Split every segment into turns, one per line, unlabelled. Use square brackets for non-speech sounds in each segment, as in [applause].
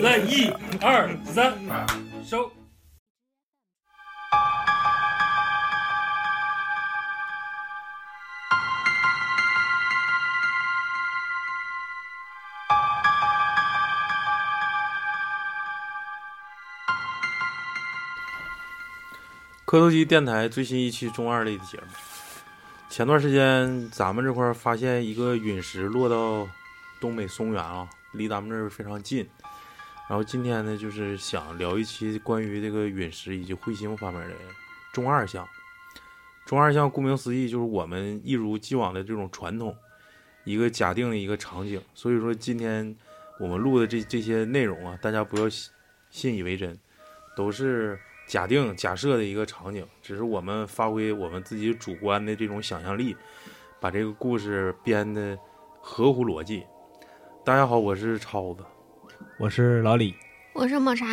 来一二三，收。
磕头机电台最新一期中二类的节目。前段时间咱们这块儿发现一个陨石落到东北松原啊，离咱们这儿非常近。然后今天呢，就是想聊一期关于这个陨石以及彗星方面的中二项。中二项顾名思义，就是我们一如既往的这种传统，一个假定的一个场景。所以说，今天我们录的这这些内容啊，大家不要信信以为真，都是假定假设的一个场景，只是我们发挥我们自己主观的这种想象力，把这个故事编的合乎逻辑。大家好，我是超子。
我是老李，
我是抹茶，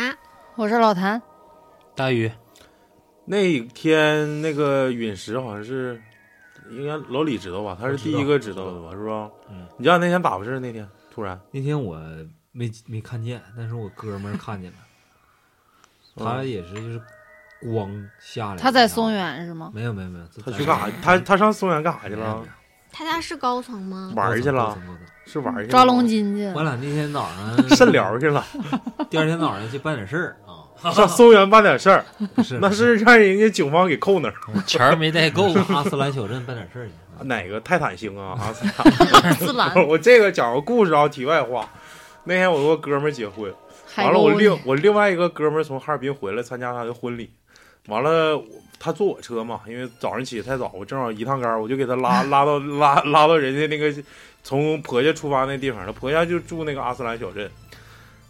我是老谭，
大宇，
那天那个陨石好像是，应该老李知道吧？他是第一个知道的吧？是吧？
嗯
你知道那天咋回事？那天突然，
那天我没没看见，但是我哥们儿
[laughs]
看见了，他
嗯
也是就是光下来，
他在松，原是吗？
没有没有没有，
他去干啥？他他上松原干啥去
去
了？？
他家是高层吗？
玩儿去了
高层，高层
是玩儿去了
抓龙筋去，
我俩那天早上
[laughs] 肾聊去了，
第二天早上去办点事儿
[laughs]
啊，
上松原办点事儿，
不是，
那是让人家警方给扣那儿。
钱儿没带够
阿斯兰小镇办点事儿去。啊
[laughs]
哪个泰坦星啊？阿斯塔
自兰
[laughs] 我这个讲个故事啊，题外话。那天我跟我哥们儿结婚，
海
完了我
沟
另我另外一个哥们儿从哈尔滨回来参加他的婚礼，完了我他坐我车嘛，因为早上起得太早，我正好一趟杆儿，我就给他拉拉到拉拉到人家那个从婆家出发那地方了，婆家就住那个阿斯兰小镇。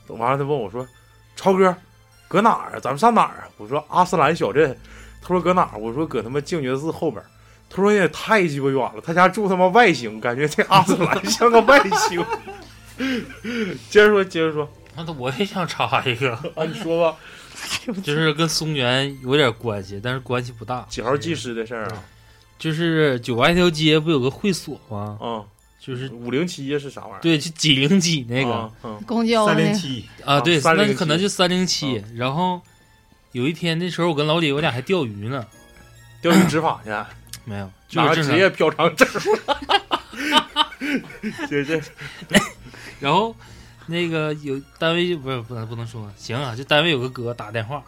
完了他问我说：“超哥，搁哪儿啊？咱们上哪儿啊？”我说：“阿斯兰小镇。”他说：“搁哪儿？”我说：“搁他妈净觉寺后边儿。”他说：“也太鸡巴远了，他家住他妈外星，感觉这阿斯兰 [laughs] 像个外星。”接着说，接着说。
那我也想插一个，
[laughs] 啊，你说吧，
就是跟松原有点关系，但是关系不大。
几号技师的事儿啊？
就是九八一条街不有个会所吗？
啊，
就是
五零七是啥玩意儿？
嗯对，就几零几那个
啊，嗯，
公交哦那个
七，
啊，对，
307
那可能就三零七。啊然后有一天那时候我跟老李我俩还钓鱼呢，
钓鱼执法去，
嗯没有，就
拿
是
个
正
职
常
业嫖娼证。
[laughs]
这这
然后那个有单位不是不能不能说，行啊，就单位有个哥打电话，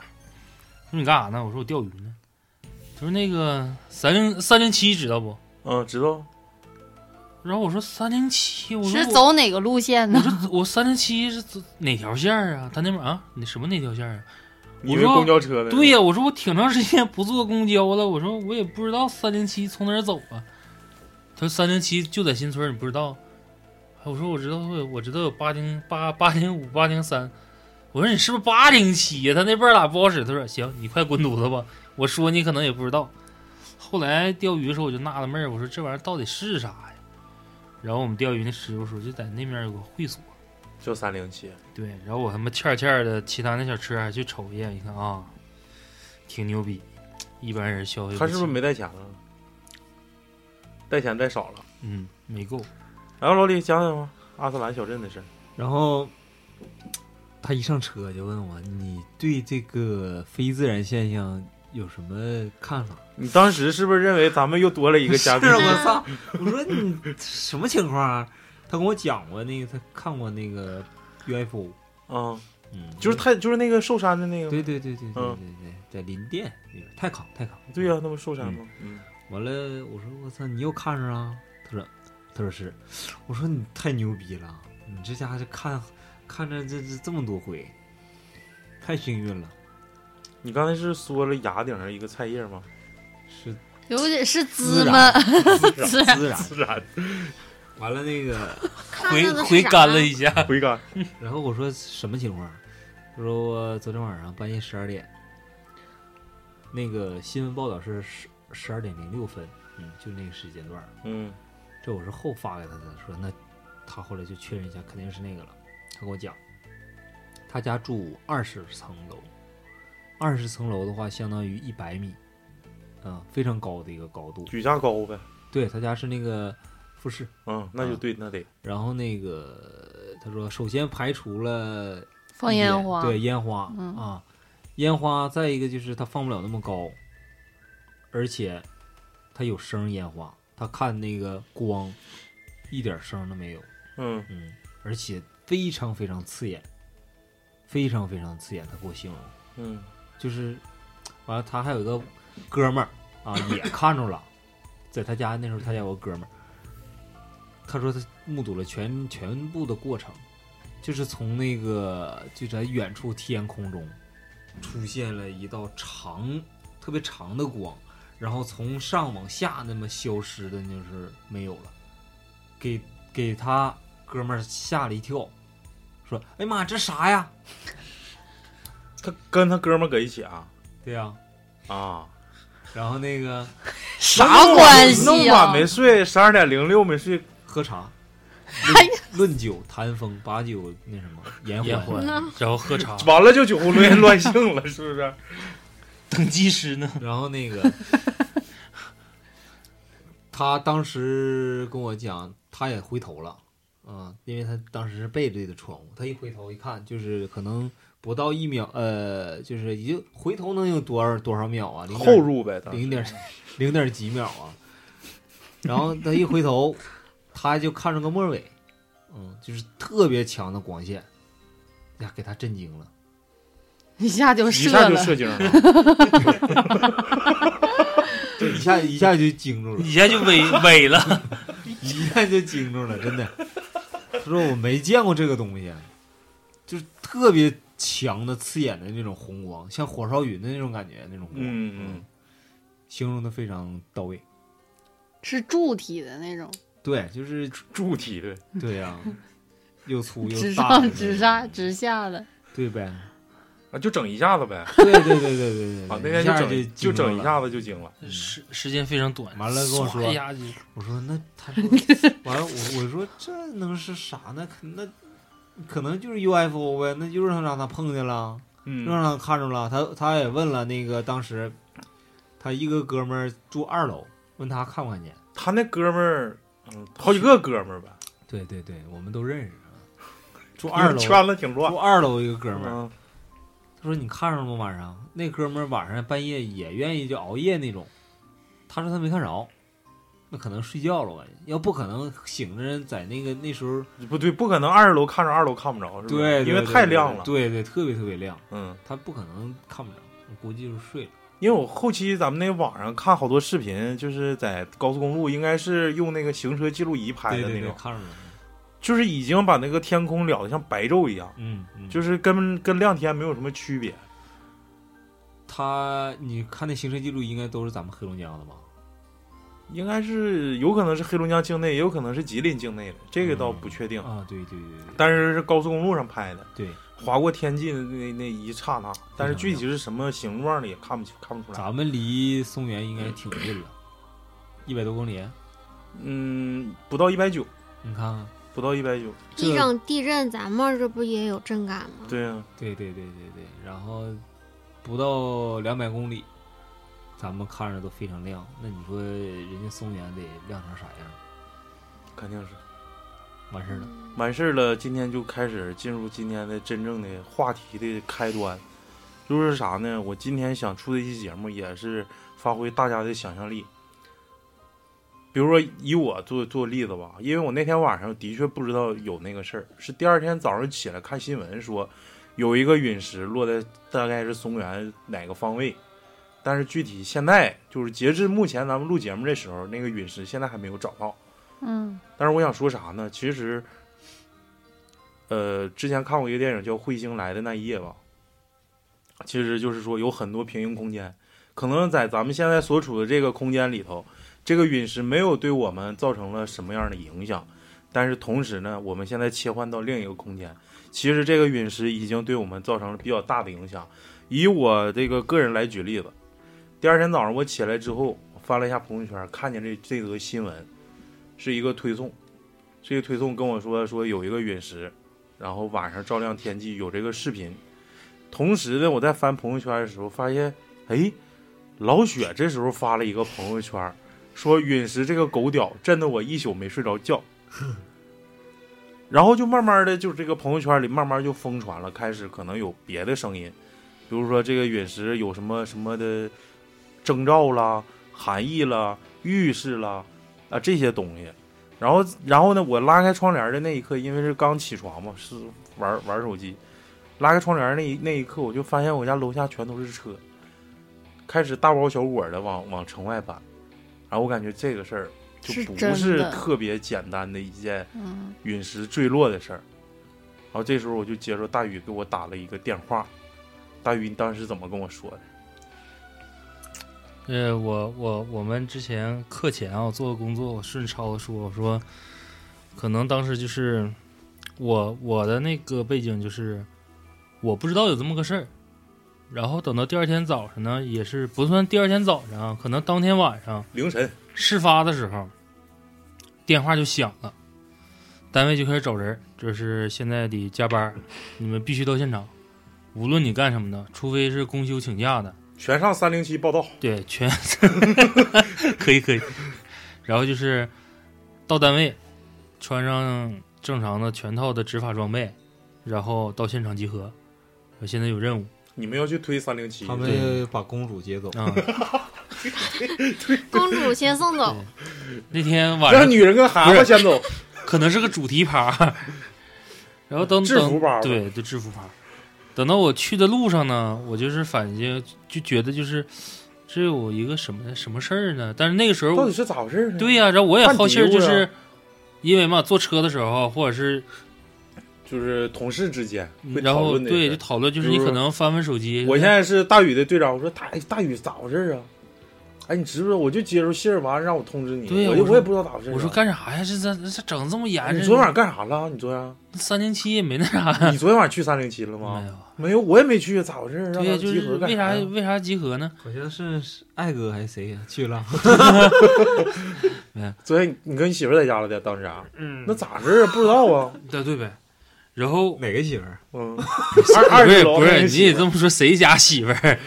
说你干啥呢？我说我钓鱼呢。他说那个三零三零七知道不？
嗯，知道。
然后我说三零七，我说
是
我
走哪个路线呢？
我三零七是走哪条线儿啊？他那边啊，你什么哪条线儿啊？
你以为公交车呢？
对呀、我说我挺长时间不坐公交了，我说我也不知道三零七从哪儿走啊。他说三零七就在新村儿，你不知道？我说我知道，我我知道有八零八八零五八零三。我说你是不是八零七呀？他那边儿咋不好使？他说行，你快滚犊子吧！我说你可能也不知道。后来钓鱼的时候我就纳了闷儿，我说这玩意儿到底是啥呀？然后我们钓鱼那师傅说就在那面有个会所，
就三零七。
对，然后我他妈欠儿欠儿的，其他那小车还去瞅一眼，一看啊，挺牛逼，一般人消费
他
起
是不是没带钱了？带钱带少了。
嗯没够？
然后老李讲讲吧，阿斯兰小镇的事儿。
然后他一上车就问我，你对这个非自然现象有什么看法？
你当时是不是认为咱们又多了一个嘉宾
是？我操！我说你什么情况啊？他跟我讲过那个，他看过那个 UFO，
嗯，
嗯，
就是他，就是那个受伤的那个
对
吗。
对对对对对
嗯
对，在林甸那边，太康太康。
对呀，那不受伤吗？嗯，
完了，我说我操，你又看着啊？他说，他说是，我说你太牛逼了，你这家伙这看看着这这这么多回，太幸运了，
你刚才是说了崖顶上一个菜叶吗？
是
有点是
孜
滋吗
然？
孜然
孜然。
自然
完了那个，
看
回
到的是
回
啥
[laughs] 甘了一下，
回甘。
然后我说什么情况？我说我昨天晚上半夜十二点，那个新闻报道是十十二点零六分，嗯，就那个时间段儿。
嗯
这我是后发给他的，说那他后来就确认一下，肯定是那个了。他跟我讲，他家住二十层楼，二十层楼的话相当于一百米，嗯、非常高的一个高度。
举架高呗，
对他家是那个复式，
嗯，那就
啊
对，那得
然后那个他说，首先排除了
放烟花，
对烟花、
嗯
啊，烟花。再一个就是它放不了那么高，而且它有声儿烟花，他看那个光，一点声儿都没有，
嗯
嗯，而且非常非常刺眼，非常非常刺眼。他给我形容，
嗯
就是完了，他还有一个哥们儿啊，也看着了，在他家那时候，他家有个哥们儿，他说他目睹了全全部的过程，就是从那个就在远处天空中出现了一道长特别长的光，然后从上往下那么消失的，就是没有了，给给他哥们儿吓了一跳，说：“哎呀妈，这啥呀
他跟他哥们儿搁一起啊？”
对呀、
啊，
然后那个
啥关系
那么
呀
晚？没睡，十二点零六没睡，
喝茶，
哎
[laughs] 论酒谈风，把酒那什么言
烟
欢，
欢，然后喝
[laughs]
茶。
完了就酒后 [laughs] 乱乱性了，是不是？
等技师呢？
然后那个他当时跟我讲，他也回头了，嗯，因为他当时是背对着窗户，他一回头一看，就是可能不到一秒，呃，就是也就回头能有多少多少秒啊？零点
后入呗，当时
零点零点几秒啊，然后他一回头，他就看着个末尾，嗯，就是特别强的光线，呀，给他震惊了。
一下就
一
射
下就
了，
射精
[laughs]
了，
就一下一下就惊住了，
一下就
[laughs]
萎萎了。
一下就惊住了，真的。他说我没见过这个东西，就是特别强的、刺眼的那种红光，像火烧云的那种感觉，那种光，
嗯嗯，
形容的非常到位。
是柱体的那种，
对，就是
柱体的，[laughs]
对呀、又粗
直
又大
上
的那种，
直下直下了。
对呗？
啊，就整一下子呗，
对对对对对对。
啊，那天
嗯一
就
下
整
就
整一
子。
下子就惊了，
时时间非常短，
嗯完了跟我说
唰一下就
我说那他说 [laughs] 完了，我我说这能是啥呢？可那可能就是 UFO 呗，那就是让他碰见了。又
嗯
让他看着了，他他也问了那个当时他一个哥们儿住二楼，问他看不看见。
他那哥们儿，嗯，好几个哥们儿呗，
对对对，我们都认识啊。住 [laughs] 二楼，
嗯圈子挺乱
住，二楼一个哥们儿，
嗯
他说你看着了吗？晚上那哥们儿晚上半夜也愿意就熬夜那种，他说他没看着，那可能睡觉了吧？要不可能醒着人在那个那时候，
嗯不对，不可能二十楼看着二楼看不着，是吧？
对，
因
对
为
对
太
对
亮了，
对对，特别特别亮，
嗯，
他不可能看不着，我估计就是睡了。
因为我后期咱们那网上看好多视频，就是在高速公路，应该是用那个行车记录仪拍
对
的
对
那
对，
种，嗯
看着了，嗯
就是已经把那个天空了得像白昼一样，
嗯，嗯
就是跟跟亮天没有什么区别。
他，你看那行车记录应该都是咱们黑龙江的吧？
应该是有可能是黑龙江境内，也有可能是吉林境内的，这个倒不确定。
啊，对对对
但是是高速公路上拍的，
对对，
划过天际的那那一刹那，但是具体是什么形状的也看不清看不出来。
咱们离松原应该挺近了，一百多公里。
嗯，不到一百九，
你看看，
不到一百九。
这
地震地震，咱们这不也有震感吗？
对啊，
对对对对对，然后不到两百公里，咱们看着都非常亮。那你说人家松原得亮成啥样？
肯定是
完事儿了，
完事儿了。今天就开始进入今天的真正的话题的开端，就是啥呢？我今天想出的一期节目也是发挥大家的想象力。比如说以我做做例子吧，因为我那天晚上的确不知道有那个事儿，是第二天早上起来看新闻说有一个陨石落在大概是松原哪个方位，但是具体现在就是截至目前咱们录节目的时候，那个陨石现在还没有找到。
嗯，
但是我想说啥呢？其实，呃，之前看过一个电影叫《彗星来的那一夜》吧，其实就是说有很多平行空间，可能在咱们现在所处的这个空间里头，这个陨石没有对我们造成了什么样的影响，但是同时呢，我们现在切换到另一个空间，其实这个陨石已经对我们造成了比较大的影响。以我这个个人来举例子，第二天早上我起来之后，翻了一下朋友圈，看见这这则新闻，是一个推送，这个推送跟我说说有一个陨石，然后晚上照亮天际有这个视频。同时呢，我在翻朋友圈的时候发现，哎，老雪这时候发了一个朋友圈，说陨石这个狗屌震得我一宿没睡着觉。然后就慢慢的，就这个朋友圈里慢慢就疯传了，开始可能有别的声音，比如说这个陨石有什么什么的征兆啦、含义啦、预示啦啊这些东西。然后，然后呢，我拉开窗帘的那一刻，因为是刚起床嘛，是玩玩手机，拉开窗帘那一那一刻，我就发现我家楼下全都是车，开始大包小裹的往往城外搬。然后我感觉这个事儿就是不
真
是
的
特别简单的一件
嗯
陨石坠落的事儿。然后这时候我就接着大宇给我打了一个电话，大宇你当时怎么跟我说的？
呃，我我我们之前课前啊，我做个工作，我顺超说，我说，可能当时就是我我的那个背景就是我不知道有这么个事儿，然后等到第二天早上呢，也是不算第二天早上啊，可能当天晚上
凌晨，
事发的时候，电话就响了，单位就开始找人，就是现在得加班，你们必须到现场，无论你干什么的，除非是公休请假的。
全上三零七报道。
对，全 [laughs] 可以可以。然后就是到单位，穿上正常的全套的执法装备，然后到现场集合。我现在有任务
你们要去推三零七，
他们
对
把公主接走，
啊！
公主先送走，
那天晚
让
上
女人跟蛤蟆先走，
可能是个主题
[laughs]
趴，然后等
制服趴吧
等对，就制服趴。等到我去的路上呢，我就是反应就觉得就是这有一个什么什么事儿呢？但是那个时候
到底是咋回事呢？
对呀、然后我也
犯
好奇儿，
嘀咕
就
呀
是因为嘛，坐车的时候或者是
就是同事之间会
嗯然
讨
后
论的。
对，就讨论，就是
比
你
如
可能翻翻手机。哎
我现在是大宇的队长，我说大大宇咋回事啊？哎，你知不知道？我就接着信儿，完让我通知你，
对呀
我就
我说
我也不知道咋回事啊。
我说干啥呀？这这这整这么严？
你昨天晚上干啥了？你昨天
[laughs] 三零七也没那啥呀。
你昨天晚上去三零七了
没
吗？
有，
没有，我也没去，咋回事啊？让
对
他
呀，
们
就
集
是
合干
为啥
呀
为啥集合呢？
好像是是艾哥还是谁呀去了，
昨天你跟你媳妇儿在家了的，当时啊？
嗯
那咋回事？不知道啊。
对对呗。然后
哪个媳妇儿？
嗯，
[laughs]
二二
不
十
是
楼
不
那
是，
个
你
媳
也
妇
这么说，谁家媳妇儿？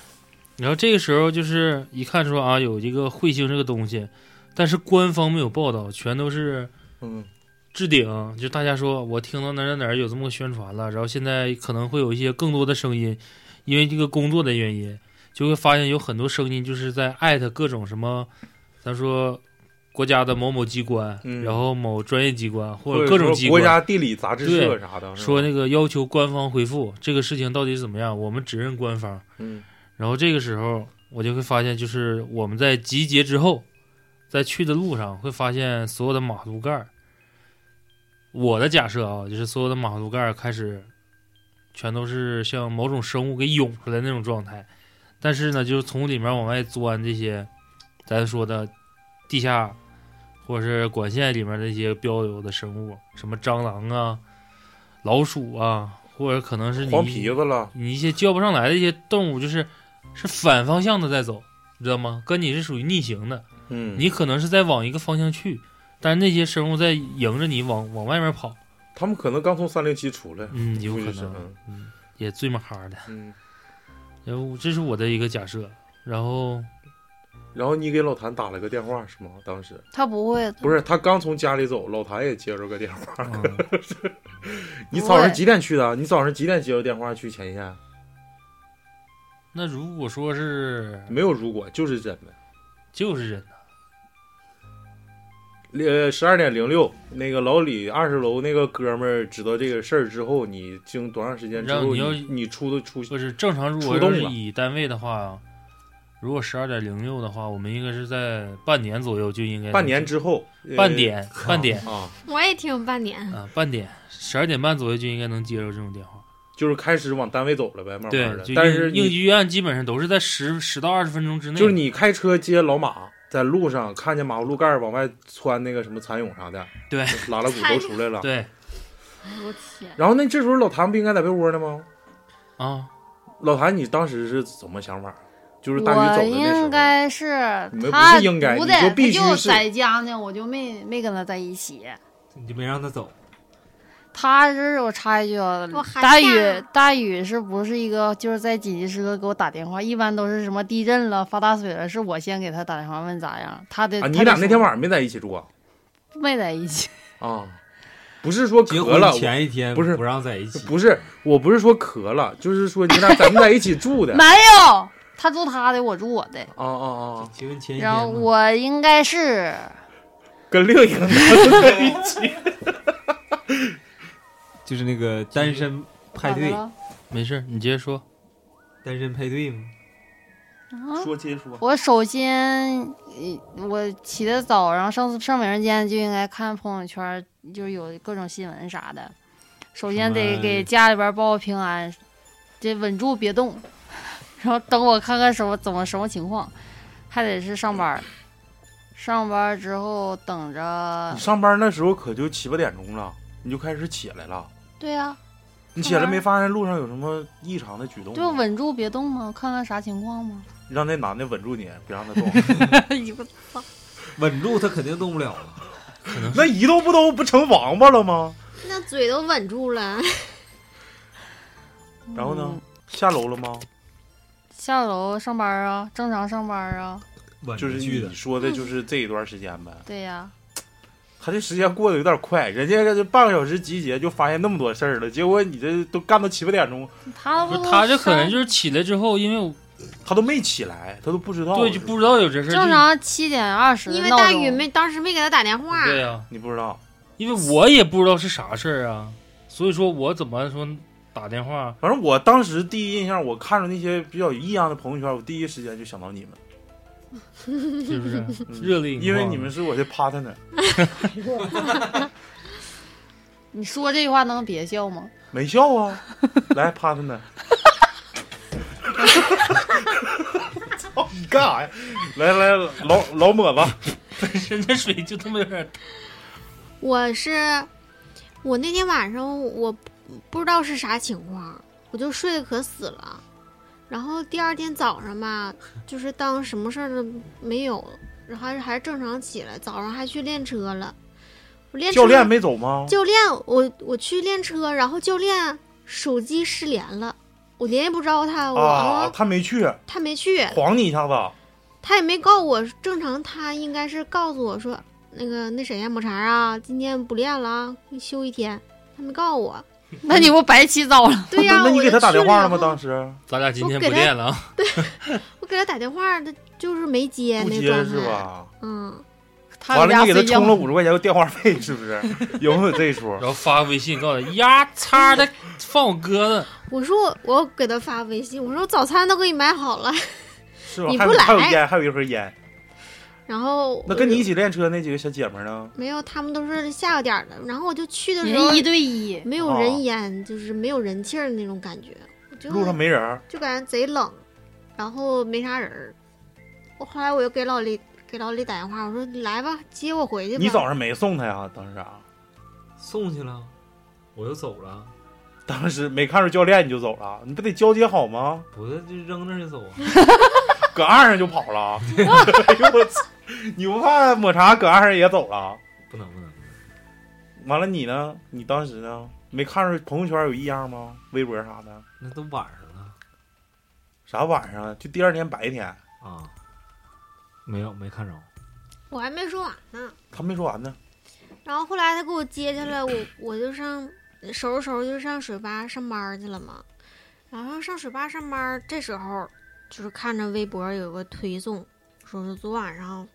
[laughs] 然后这个时候就是一看说啊，有这个彗星这个东西，但是官方没有报道，全都是
嗯，
置顶，就大家说我听到哪儿哪儿哪儿有这么个宣传了，然后现在可能会有一些更多的声音，因为这个工作的原因，就会发现有很多声音就是在艾特各种什么，咱说国家的某某机关，
嗯
然后某专业机关或
或者
各种
说
机
国
关。
家地理杂志社
对
啥的，是吧
说那个要求官方回复这个事情到底怎么样，我们只认官方。
嗯
然后这个时候我就会发现，就是我们在集结之后，在去的路上会发现所有的马路盖儿，我的假设啊，就是所有的马路盖儿开始全都是像某种生物给涌出来那种状态，但是呢，就是从里面往外钻这些，咱说的地下或者是管线里面那些漂流的生物，什么蟑螂啊、老鼠啊，或者可能是你
黄皮子了，
你一些叫不上来的一些动物，就是是反方向的在走，你知道吗？跟你是属于逆行的，
嗯，
你可能是在往一个方向去，但是那些生物在迎着你往往外面跑，
他们可能刚从三零七出来，
嗯，有可
估计是
[laughs] 能，嗯，也醉麻哈的。
嗯，
然后这是我的一个假设，然
[laughs]
后
然后你给老谭打了个电话是吗？当时
他不会，
不是他刚从家里走，老谭也接着个电话。
嗯
你早上
对
几点去的？你早上几点接着电话去前线？啊
那如果说是
没有如果，就是真的。
就是人，
呃，十二点零六，那个老李二十楼那个哥们儿知道这个事儿之后，你经多长时间之
让
后，
你要
你你出的出
就是正常如果
出动
要
了
是以单位的话，如果十二点零六的话，我们应该是在半年左右就应该
半年之后，呃
半点半点
啊，
我也听半年。
啊，半点十二点半左右就应该能接到这种电话。
就是开始往单位走了呗，慢慢
对
的，。
就
但
应
是
应
你
急预案基本上都是在十十到二十分钟之内。
就是你开车接老马，在路上看见马路盖儿往外窜那个什么蚕蛹啥的，
对，
拉拉骨都出来了。
对
哎呦我天，
然后那这时候老谭不应该在被窝呢吗？
啊，
老谭，你当时是什么想法？就是大
我
鱼走的那时候，
应该是
你们不
他
是应该
不
你
在，
就必须
他就是在家呢，我就没没跟他在一起。
你就没让他走，
他这是我插一句啊
我，寒
大
假
宇大宇是不是一个就是在紧急时刻给我打电话？一般都是什么地震了、发大水了，是我先给他打电话问咋样。他的
啊，
他
你
就
俩
说
那天晚上没在一起住啊？
没在一起，
啊，不是说
结
咳
婚
了，
前一天
不是
不让在一起，
不是，我不是说咳了，就是说你俩咱们在一起
[laughs]
住的
没。有，他住他的，我住我的。
啊啊啊！
结婚前一天
然
嘛
后我应该是
跟另一个男的在一起，
就是那个单身派对
咋的，了
嗯没事儿，你接着说。
单身派对嘛，
啊
说接说。
我首先，呃我起得早，然后上上卫生间就应该看朋友圈，就是有各种新闻啥的。首先
什
得
么
给家里边报个平安，得稳住别动， [laughs] 然后等我看看什么怎么什么情况，还得是上班儿。上班儿之后等着
[laughs]
你，上班那时候可就七八点钟了，你就开始起来了。
对
啊
呀、
你起来没发现路上有什么异常的举动
就
吗？
稳住别动嘛，看看啥情
[laughs]
况嘛。
让那男的稳住你，别让他动。 [laughs]
哎
稳住他肯定动不了了。
那一动不动不成王八了吗？
那嘴都稳住了，
然后呢
嗯？
下楼了吗？
下楼上班儿啊，正常上班儿啊，
稳
就是
着去的
你，说的，就是这一段时间呗。
对呀、
他这时间过得有点快，人家这半个小时集结就发现那么多事儿了，结果你这都干到七八点钟，
他
不是
不
他这可
上
能就是起来之后，因为我
他都没起来，他都不知道。
对就不知道有这事儿。
正常七点二十，
因为大宇没当时没给他打电
就
话，
对呀、
你不知道。
因为我也不知道是啥事儿啊，所以说我怎么说打电话
反正我当时第一印象，我看着那些比较有异样的朋友圈，我第一时间就想到你们，
是不是
嗯
热烈？
因为
啊
你
[laughs]
们是我的 partner。
你说这句话能别笑吗？
没笑啊，来 partner。操你干啥呀？ [laughs] 来来，老老抹子，
人家水就他妈有点儿
我是我那天晚上我不知道是啥情况，我就睡得可死了。然后第二天早上吧，就是当什么事儿都没有，然后还是还是正常起来。早上还去练车了，我练车
教练没走吗？
教练，我我去练车，然后教练手机失联了，我联系不着他，我、
啊，他没去，
他没去，
晃你一下子。
他也没告我，正常他应该是告诉我说，那个那谁呀，抹茶啊，今天不练了啊，休一天。他没告
[laughs]
我，
[laughs] 那你不白起早了？
对呀、
那你给他打电话了吗？
我就去了以后
当时
咱俩今
我
天
给
不
他
练了啊。
我给他打电话，他就是没接
不
那
接
状
是
态。
吧？
嗯，
他
完
们
了，
俩
你给他
睡觉
充了五十块钱的电话费，是
[laughs]
不是？有没有这一出？
然后发微信告诉他，呀，叉的放我鸽子，
我说我我给他发微信，我说早餐都给你买好了，
是吧？
你
还
不
有还有
来
烟，还有一盒烟。
然后
那跟你一起练车那几个小姐们呢？
没有，他们都是下个点儿的，然后我就去的时候
人一对一，
没有人烟，就是没有人气儿的那种感觉，我就
哦路上没人儿，
就感觉贼冷，然后没啥人儿。我后来我又给老李给老李打电话，我说你来吧，接我回去吧。
你早上没送他呀？当时啊，
送去了，我就走了，
当时没看着教练你就走了，你不得交接好吗？
不是就扔那儿就走啊？
搁岸上就跑了。
[laughs]
哎呦我操！你不怕抹茶搁岸上也走了？
不能不能，
完了你呢？你当时呢？没看着朋友圈有异样吗？微博啥的？
那都晚上了
啥晚上？就第二天白天，
啊，没有没看着，
我还没说完呢。
他没说完呢。
然后后来他给我接去了，我我就上收拾收拾就上水吧上班去了嘛。然后上水吧上班，这时候就是看着微博有个推送，说是昨晚上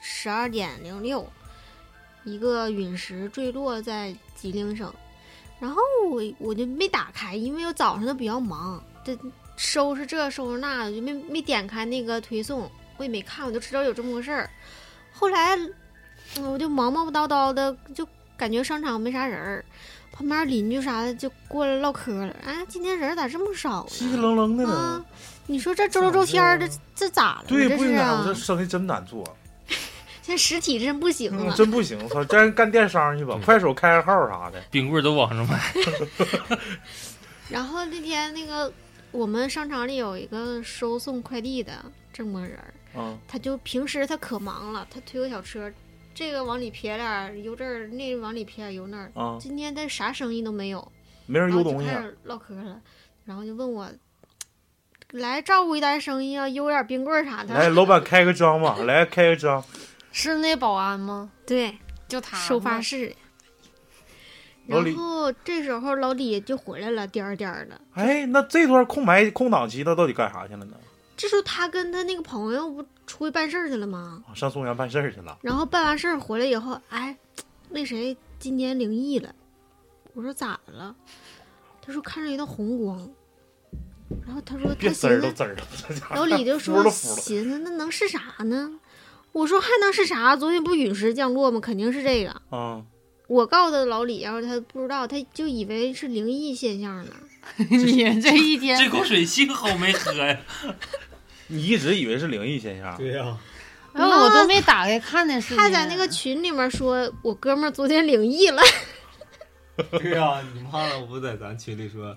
十二点零六，一个陨石坠落在吉林省。然后我我就没打开，因为我早上都比较忙，这收拾这收拾那的，就没没点开那个推送，我也没看，我就知道有这么个事儿。后来嗯我就忙忙叨叨的，就感觉商场没啥人儿，旁边邻居啥的就过来唠嗑了。哎，今天人咋这么少
稀稀
呢？
楞楞的呢。
啊，你说这周六周天儿这这咋了？
对，
这
不
是
应该，我
啊
这，生意真难做，
现在实体真不行啊
嗯，
了。
真不行，我操，咱干电商去吧，
对
快手开个号啥的，
冰棍儿都网上买，
然后那天那个我们商场里有一个收送快递的正么人儿，
嗯，
他就平时他可忙了，他推个小车，这个往里撇点儿邮这儿，那个往里撇点儿邮那儿。
啊，
今天他啥生意都没有，
没人
然
邮
后就
东西啊
开，始唠嗑了，然后就问我来照顾一单生意啊，邮点儿冰棍儿啥的。
来，老板开个张吧，来开个张，
是那保安吗？
对，
就他
收发
吗
室。
老李
然后这时候老李就回来了，颠儿颠儿的。
哎，那这段空白空档期他到底干啥去了呢？
这时候他跟他那个朋友不出去办事儿去了吗？
啊上松原办事儿去了，
然后办完事儿回来以后，哎，那谁今天灵异了？我说咋的了？他说看着一道红光，然后他说他
别滋儿
寻
都
思，
滋儿了， [laughs] 这家伙
老李就
服
说
了服了，
寻思那能是啥呢？我说还能是啥？昨天不陨石降落吗？肯定是这个。
啊，
我告诉他老李，然后他不知道，他就以为是灵异现象呢。
[laughs] 你们这一天
这口水幸好没喝呀。
你一直以为是灵异现象，
对呀、
然后我都没打开看的
嗯
是
他
你
在那个群里面说，我哥们儿昨天灵异了，
对呀、你妈的，我不在咱群里说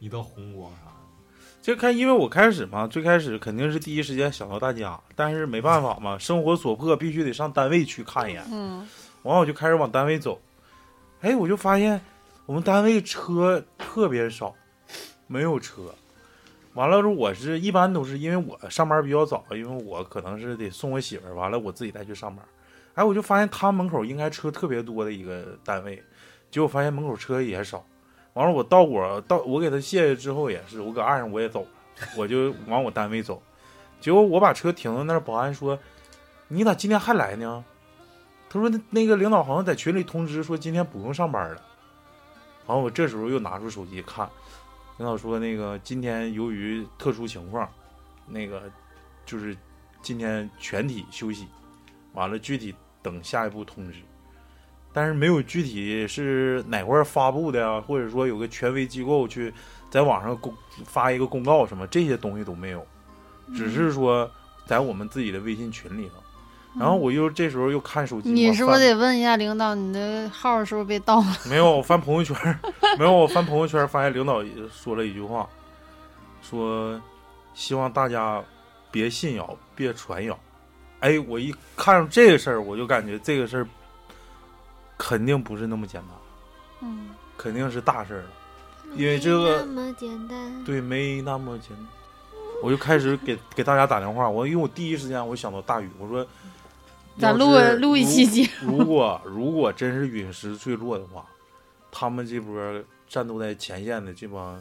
一道红光啥的，
就看，因为我开始嘛，最开始肯定是第一时间想到大家，但是没办法嘛，生活所迫，必须得上单位去看一眼。
嗯，
完，我就开始往单位走，哎，我就发现我们单位车特别少，没有车。完了之后，我是一般都是因为我上班比较早，因为我可能是得送我媳妇儿，完了我自己再去上班。哎，我就发现他门口应该车特别多的一个单位，结果发现门口车也少。完了，我到我到我给他卸下之后也是，我搁岸上我也走了，我就往我单位走。结果我把车停到那儿，保安说：“你咋今天还来呢？”他说那那个领导好像在群里通知说今天不用上班了。然后我这时候又拿出手机看，领导说那个今天由于特殊情况，那个就是今天全体休息，完了具体等下一步通知。但是没有具体是哪块儿发布的呀、或者说有个权威机构去在网上公发一个公告什么，这些东西都没有，只是说在我们自己的微信群里头。然后我又这时候又看手机嘛，
你是不是
翻
得问一下领导，你的号是不是被盗了？
没有，我翻朋友圈儿，没有，我翻朋友圈儿发现领导说了一句话，说希望大家别信谣，别传谣。哎，我一看上这个事儿，我就感觉这个事儿肯定不是那么简单，
嗯，
肯定是大事儿了。 [laughs] 因为这个
没那么简单。
对，没那么简单。我就开始给给大家打电话，我因为我第一时间我想到大宇，我说
咱录
要是
录一期
如
节
如果 [laughs] 如果真是陨石坠落的话，他们这波战斗在前线的这帮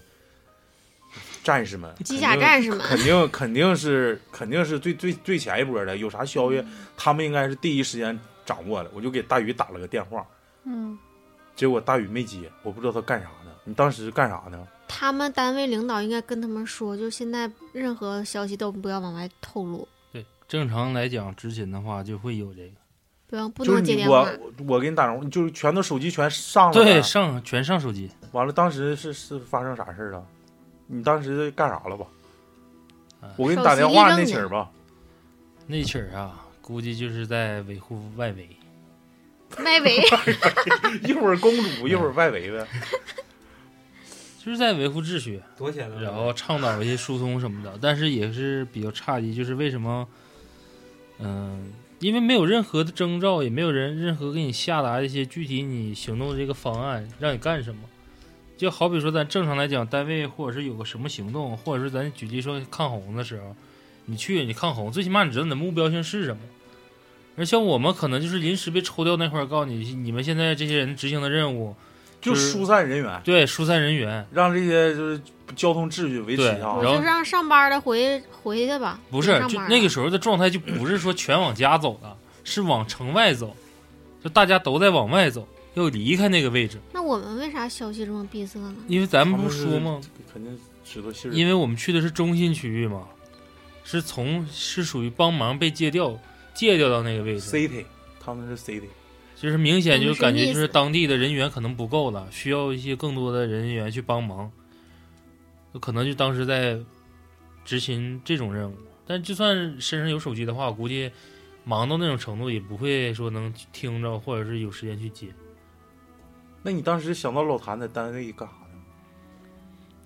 战士们，
机甲战士们
肯定肯定是肯定是最最最前一波的，有啥消
嗯
息他们应该是第一时间掌握的。我就给大宇打了个电话，
嗯，
结果大宇没接，我不知道他干啥呢。你当时干啥呢？
他们单位领导应该跟他们说，就现在任何消息都不要往外透露，
对，正常来讲，执勤的话就会有这个，
不要不
就是
能接
你
电
我
话。
我我给你打电话，就是全都手机全上了呗。
对，上全上手机。
完了，当时是是发生啥事儿了？你当时干啥了吧
啊？
我给你打电话那起儿吧，
那曲儿啊，估计就是在维护外围。
外围
一会儿公主，一会儿外围呗。
嗯就是在维护秩序，啊
多少钱呢？
然后倡导一些疏通什么的，但是也是比较诧异，就是为什么，嗯、因为没有任何的征兆，也没有人任何给你下达一些具体你行动的这个方案，让你干什么。就好比说，咱正常来讲，单位或者是有个什么行动，或者是咱举例说抗洪的时候，你去你抗洪，最起码你知道你的目标性是什么。而像我们可能就是临时被抽调那块儿，告诉你你们现在这些人执行的任务，
就
就是
疏散人员，
对疏散人员，
让这些就是交通秩序维持
对
啊
我。
然后
就让上班的回回去吧。
不
别
是，
上
就
班啊
那个
了
时候的状态就不是说全往家走了，是往城外走，就大家都在往外走，要离开那个位置，
那我们为啥消息这么闭塞呢？
因为咱们不说吗？
肯定知道信
因
儿。
为我们去的是中心区域嘛，是从是属于帮忙被借调借调到那个位置，
City，他们是 City，
就是明显就感觉
我们是
就
意思
是当地的人员可能不够了，需要一些更多的人员去帮忙，可能就当时在执行这种任务。但就算身上有手机的话，我估计忙到那种程度，也不会说能听着，或者是有时间去接。
那你当时想到老谭在单位干啥呢？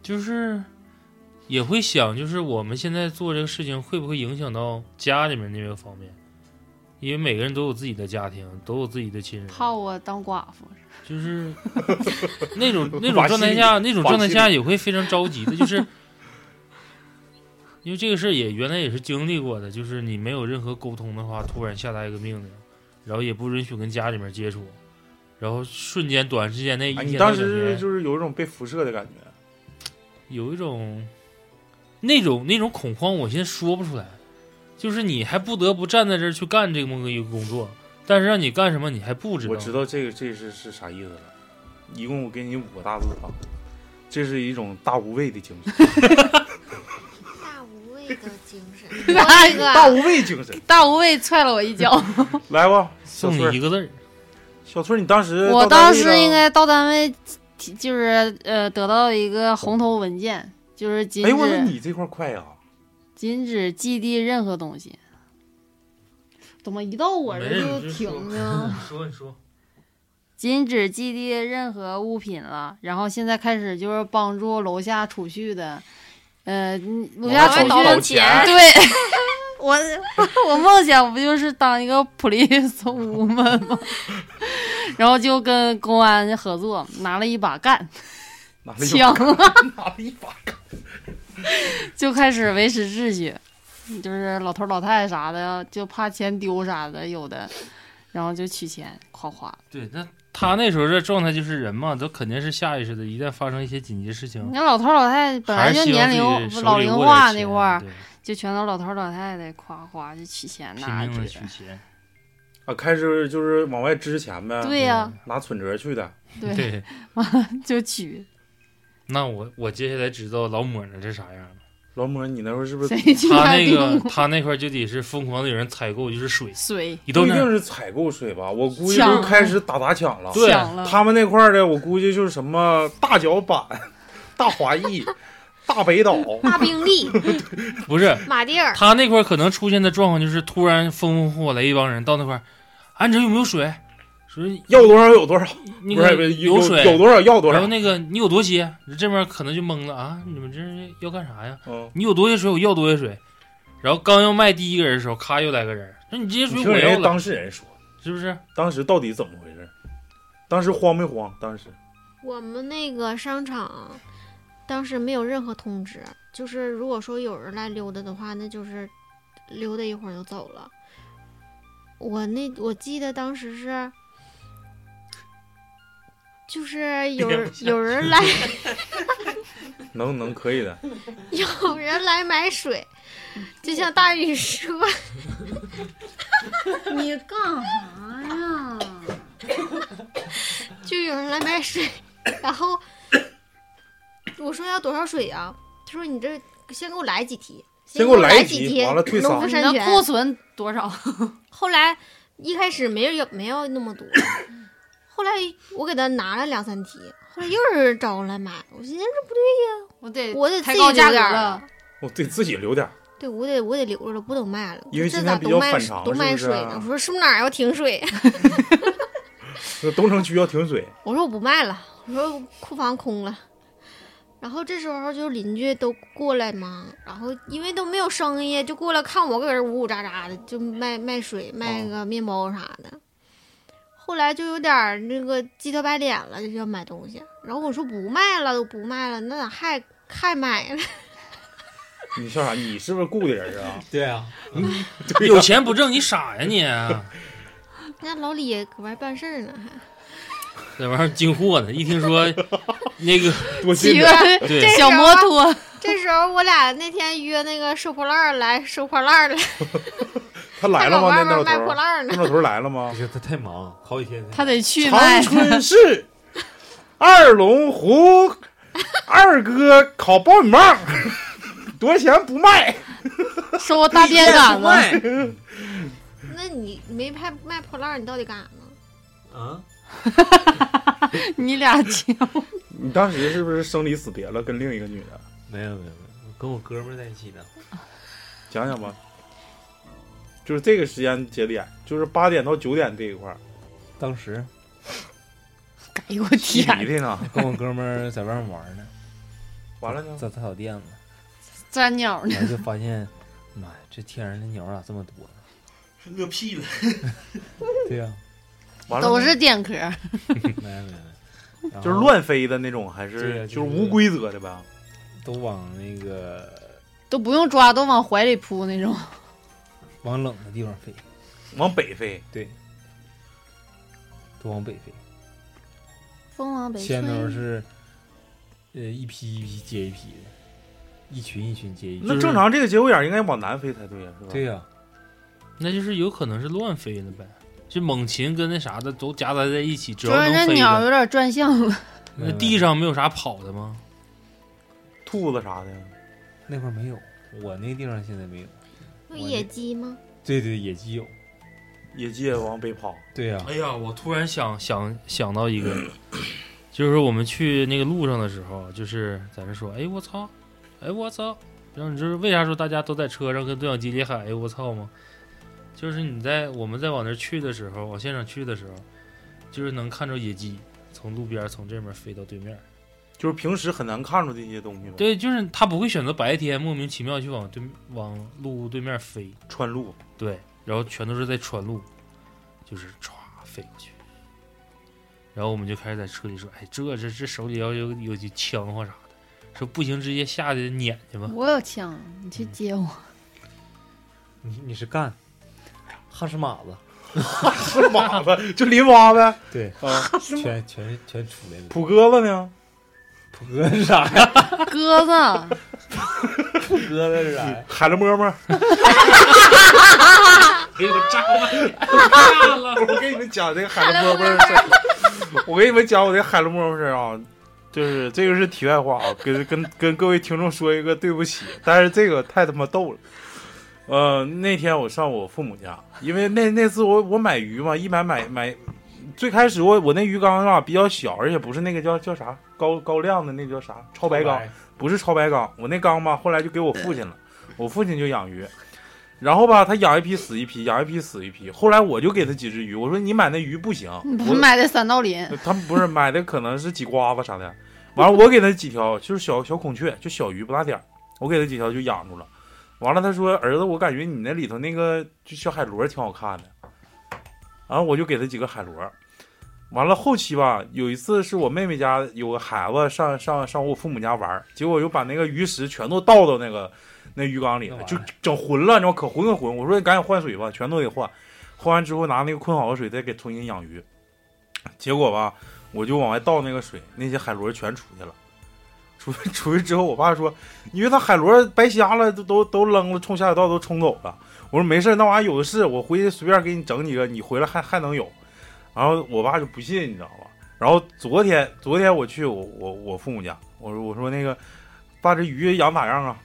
就是也会想，就是我们现在做这个事情会不会影响到家里面那个方面？因为每个人都有自己的家庭，都有自己的亲人，
[laughs] 怕我当寡妇。
就是那
[laughs]
种那种状态下，那种状态下也会非常着急的，就是因为这个事儿也原来也是经历过的，就是你没有任何沟通的话，突然下达一个命令，然后也不允许跟家里面接触，然后瞬间短时间内一
哎，
天
你
到
当
两天
时就是有一种被辐射的感觉。
有一种那种那种恐慌，我现在说不出来。就是你还不得不站在这儿去干这么个一个工作，但是让你干什么你还不知道。
我知道这个这是是啥意思了。一共我给你五个大字啊，这是一种大无畏的精
[laughs]
神，
大无畏的精神，
[laughs] 大
大无畏精
[laughs]
神。
大无畏踹了我一脚。
来吧，小
送你
翠儿
一，个字儿，
小翠儿，你当时
我
到单
当
位
时
了
应该到单位提，就是呃得到一个红头文件，就是禁
哎，我说
止
你这块儿快呀、
禁止寄递任何东西。怎么一到我
没事
这就
你就 [laughs]
停呢？
说你说，
[laughs] 禁止寄递任何物品了，然后现在开始就是帮助楼下储蓄的，呃，你楼下
往
储
外
蓄
倒
的
钱
对 [laughs] 我我梦想不就是当一个普利斯五们吗？ [laughs] 然后就跟公安合作，拿了一把干，
拿了一把
枪， [laughs]
拿了一把
就开始维持秩序，就是老头老太太啥的，就怕钱丢啥的，有的，然后就取钱，夸夸。
对，那他那时候这状态就是人嘛，都肯定是下意识的，一旦发生一些紧急事情，
你看老头老太太本
嗯
来
还是
就
希望
年
自己
龄
手里
老龄
握点
化那
钱
块儿，
对
就全都老头老太太夸夸就取钱
拼
呐
命的
之
取
类
钱，
啊，开始就是往外支钱呗
的。，对呀、
拿存折去的。
对，
嗯
[laughs]
对。
就取。
那我我接下来知道老抹呢是啥样了。
[laughs]
劳模，你那会儿是不是
谁去
他那
定
个他那块儿就得是疯狂的有人采购，就是水，
[laughs] 水
一
不
到
一
那
定
儿
是采购税吧？我估计
抢
就
了
开始打砸抢了。
对
抢了？
他们那块儿的，我估计就是什么大脚板、 [laughs] 大华裔、大北岛，
[laughs] 大
[laughs]
兵力，
不是
马蒂尔，
他那块儿可能出现的状况就是突然风风火火来一帮人到那块儿，啊，你这有没有水？说
要多少有多少，
那
不是不
个
是
有水，
有多少要多
然后
少。
那个你有多些？这边可能就懵了啊，你们这是要干啥呀？
嗯，
你有多些水，我要多些水。然后刚要卖第一个人的时候，咔又来个人，那你这些水
你听
我
人
要
家
了，
当事人说，
是不是？
当时到底怎么回事？当时慌没慌？当时
我们那个商场当时没有任何通知，就是如果说有人来溜达的话，那就是溜达一会儿就走了。我那我记得当时是，就是
[laughs]
有人有人来
能能可以的，
有人来买水，就像大宇说，
你干啥呀？
[laughs] 就有人来买水，然后我说要多少水啊？他说你这先给我来几提，
先给
给
我
来
来
几
题，完了退
农
仨
夫。
你
山
的
泉
库存多少？
后来一开始没有没有那么多， [coughs] 后来我给他拿了两三提，后来又有人找我来买，我寻思这不
[laughs] 我得
对，我得自
抬
己
高
留
价格
点儿
了。。 [laughs]
我得自己留点儿。
对，我得我得留着了，不能卖了。
因为
这
今
咋
天比
都
较
卖
反常
都
是
卖
不是啊
水呢？我说是不是哪儿要停水？
那东城区要停水，
我说我不卖了，我说库房空了。然后这时候就邻居都过来嘛，然后因为都没有生意，就过来看我搁这儿呜呜喳喳的，就卖卖水、卖
哦
个面包啥的。后来就有点儿那个鸡头白脸了，就要买东西。然后我说不卖了，都不卖了，那咋还还买呢？ [laughs]
你笑啥？你是不是雇的人 [laughs] 啊？
对啊，
[laughs] 对呀
有钱不挣，你傻呀你？啊
那老李也搁外办事儿呢，还
这玩意儿进货呢，一听
[laughs]
说那个
多新
骑
鲜
个
[laughs] 对
这
小
时
摩
候
托，
这时候我俩那天约那个收破烂儿来收破烂儿来，
他
还
来
搁
了吗？
外
那那老
面
头
卖破
儿，
烂儿呢
那。老头儿来了
不
吗？
[laughs]
是他太忙，好几天才
他得去卖
长。春市二龙湖二哥烤苞米棒， [laughs] 多少钱不卖？ [laughs]
收大便杆 [laughs] 子，
那你没拍卖破烂儿，你到底干啥
[laughs]
呢？
啊，
你俩去。
你当时是不是生离死别了，跟另一个女的？
没有没有没有，跟我哥们儿在一起呢。
讲讲吧。就是这个时间节点，就是八点到九点这一块儿，
当时
哎呦我
起
天，
迷的呢。
跟我哥们儿在外面玩呢，
完了呢，
在草甸子，
钻鸟
嗯
呢？
然后就发现，妈呀，这天上的鸟咋这么多呢？
饿屁了。
对呀、
[laughs] 完了呢
都是点壳，
没没没，
[laughs]
然后
就是，乱飞的那种，还
对
是
呀
啊就是
就是
无规则的呗？
都往那个
都不用抓，都往怀里扑那种。
往冷的地方飞，
往北飞，
都往北飞。
风往北吹
先，头是，呃，一批一批接一批的，一群一群接一群。
那正常这个节骨眼儿应该往南飞才对呀，是吧？
对呀、
那就是有可能是乱飞的呗，就猛禽跟那啥的都夹杂在一起，只
主
要
要
能
那
飞
鸟有
的，
点转向了，
那地上没有啥跑的吗？
兔子啥的，
那块儿没有，我那个地方现在没有。
有
我
野
那
鸡吗？
对对，野鸡有。
野鸡也往北跑。
对呀、
哎呀，我突然想想想到一个，就是我们去那个路上的时候，就是在那说，哎我操，哎我操，然后你知道为啥说大家都在车上跟对讲机里喊哎我操吗？就是你在我们在往那儿去的时候，往现场去的时候，就是能看着野鸡从路边儿从这面飞到对面儿。
就是平时很难看出这些东西呗，
对，就是他不会选择白天莫名其妙去往对往路对面飞，
穿路
对，然后全都是在穿路，就是歘飞过去。然后我们就开始在车里说：“哎，这这这手里要有有有枪或啥的，说不行直接下去撵去吧。
我有枪，你去接我。
你你是干，哈什马子，
不是 [laughs] 马子，就林蛙呗。
对，
啊，
全全全出来了。
土鸽子呢？
普哥是啥呀？
[laughs] 鸽
[laughs]
子，
普哥的是啥呀？
海了摸摸，
哎呦，炸了！炸了！
[laughs] 我给你们讲这个海了摸摸的事儿。我给你们讲我这海了摸摸事儿啊，就是这个是题外话啊，跟跟跟各位听众说一个对不起，但是这个太他妈逗了。呃，那天我上我父母家，因为那那次我我买鱼嘛，一买买买，最开始我我那鱼缸啊比较小，而且不是那个叫叫啥高高亮的那个叫啥超白
哎
缸，不是超白缸，我那缸吧，后来就给我父亲了，我父亲就养鱼，然后吧，他养一批死一批，养一批死一批，后来我就给他几只鱼，我说你买那鱼不行，
你不
我
是买的三道鳞？
[laughs] 他们不是买的可能是几瓜子啥的，完了我给他几条就是小小孔雀，就小鱼不大点儿，我给他几条就养住了。完了他说儿子，我感觉你那里头那个就小海螺挺好看的，然后我就给他几个海螺。完了后期吧，有一次是我妹妹家有个孩子上上上我父母家玩儿，结果又把那个鱼食全都倒到那个那鱼缸里了，就整浑了，你知道可浑可浑。我说你赶紧换水吧，全都得换。换完之后拿那个困好的水再给重新养鱼，结果吧，我就往外倒那个水，那些海螺全出去了。出 [laughs] 出去之后，我爸说：“因为他海螺白瞎了，都都都扔了，冲下水道都冲走了。”我说：“没事儿，那玩意儿有的是，我回去随便给你整几个，你回来还还能有。”然后我爸就不信，你知道吧？然后昨天昨天我去我我我父母家，我说我说那个爸，这鱼养咋样啊？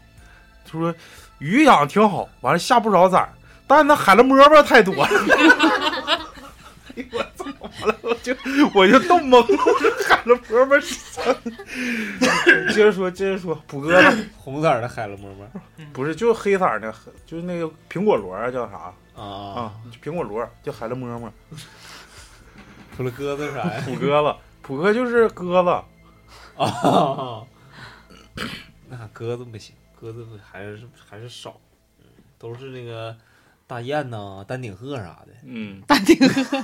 他说鱼养挺好，完了下不少崽儿，但是那海螺摸摸太多了。 [laughs] 哎我操！完了我就我就冻懵了，我说海螺摸摸是啥？ [laughs] 接着说接着说，普哥呢
红色儿的海螺摸摸
不是就是黑色儿的，就是那个苹果螺啊，叫啥
啊
啊？
嗯
就苹果螺叫海螺摸摸。
除了鸽子是啥呀？
普
[laughs]
鸽子，普哥就是鸽子。
啊，那鸽子不行，鸽子还是还是少，嗯都是那个大雁呐、丹顶鹤啥的。
嗯，
大顶鹤，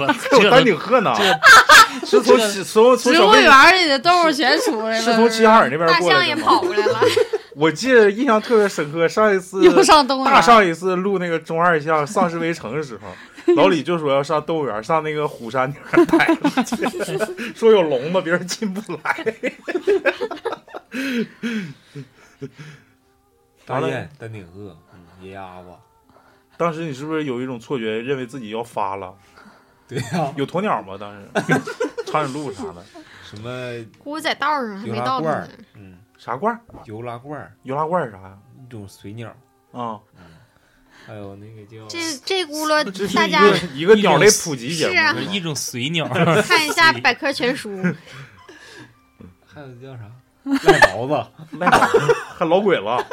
我
还有
这
丹
都
顶鹤呢， [laughs] 是从是从从
植
小
物
贝
园里的动物全出来了，
是从齐齐哈尔那边
大
过
象
来
也
的
跑
吗？
过来了，
[laughs] 我记得印象特别深刻，上一次
又上动物园
大上一次录那个中二像丧尸围城的时候，
[laughs]
老李就说要上动物园，上那个虎山那儿待着，
[laughs]
说有笼子，别人进不来。
哎
完
大
了
雁、丹顶鹤、嗯野鸭子。
当时你是不是有一种错觉，认为自己要发了？
对呀、
有鸵鸟吗？当时
[laughs]
长颈鹿啥的，
什么
我在道上还
油
没
拉
到
罐儿
呢。，
嗯，
啥罐儿？
油拉罐儿，
油拉罐儿啥呀？
一种水鸟，
啊、
还有那个叫
这这轱辘
[laughs] 这是
大
一
家
个一个鸟类普及节目
是啊
[laughs] 是一种水鸟， [laughs]
看一下百科全书，
还有叫啥？赖毛子，
赖毛子还老鬼了。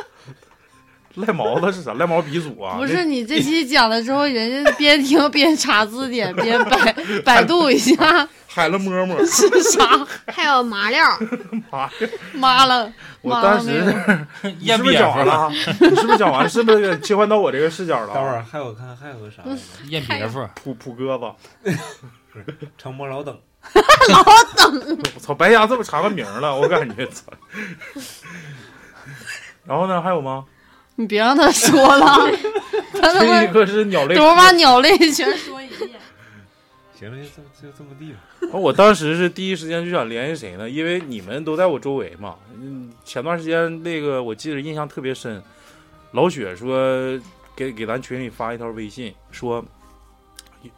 赖毛子是啥？赖毛鼻祖啊？
不是你这期讲了之后，人家边听边查字典，边
[laughs]
百百度一下
海了摸摸。
[laughs] 是
[laughs]
啥，
还有麻料，
妈呀！
妈了，
我
妈
当
了没
时
有？
你
咽
是不是
瘪
讲
和
完了
了， [laughs]
啊？你是不是讲完了？是不是切换到我这个视角了
待会儿
啊？
还有看还有个啥来着？
咽别副。
普普鸽子，
嗯
长波老等，
我操！白瞎这么长个名儿了，我感觉操。然后呢？还有吗？
你别让他说
[laughs]
了，他他
这一
妈
个是鸟类
等会儿把鸟类
[laughs]
全
说一遍，
行了，就这么就这么地吧。
啊 [laughs] 我当时是第一时间就想联系谁呢？因为你们都在我周围嘛。嗯，前段时间那个我记得印象特别深，老雪说给给咱群里发一条微信说，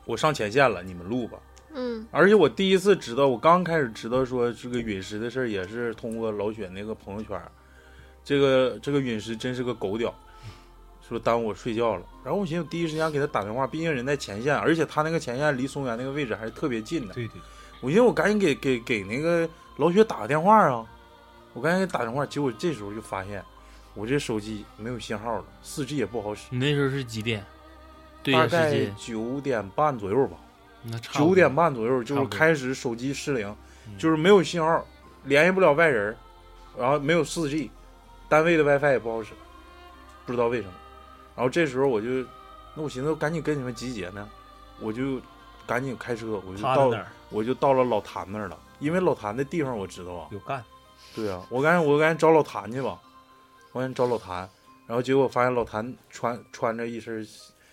我上前线了，你们录吧。
嗯
而且我第一次知道，我刚开始知道说这个陨石的事儿，也是通过老雪那个朋友圈儿。这个这个陨石真是个狗屌，说耽误我睡觉了。然后我寻思，第一时间给他打电话，毕竟人在前线，而且他那个前线离松原那个位置还是特别近的。
对对，
我寻思我赶紧给给给那个老雪打个电话啊，我赶紧给打电话，结果这时候就发现我这手机没有信号了，四 G 也不好使，
你那时候是几点？对
大
着世
概
界，
九点半左右吧，
那差不多 [laughs]
九点半左右
差
就是
不多
开始手机失灵，
嗯
就是没有信号，联系不了外人，然后没有四 G，单位的 WiFi 也不好使，不知道为什么。然后这时候我就，那我寻思我赶紧跟你们集结呢，我就赶紧开车，我就
趴在
到
那儿
我就到了老谭那儿了，因为老谭的地方我知道啊。
有干，
对啊，我赶紧我赶紧找老谭去吧，我赶紧找老谭，然后结果发现老谭穿穿着一身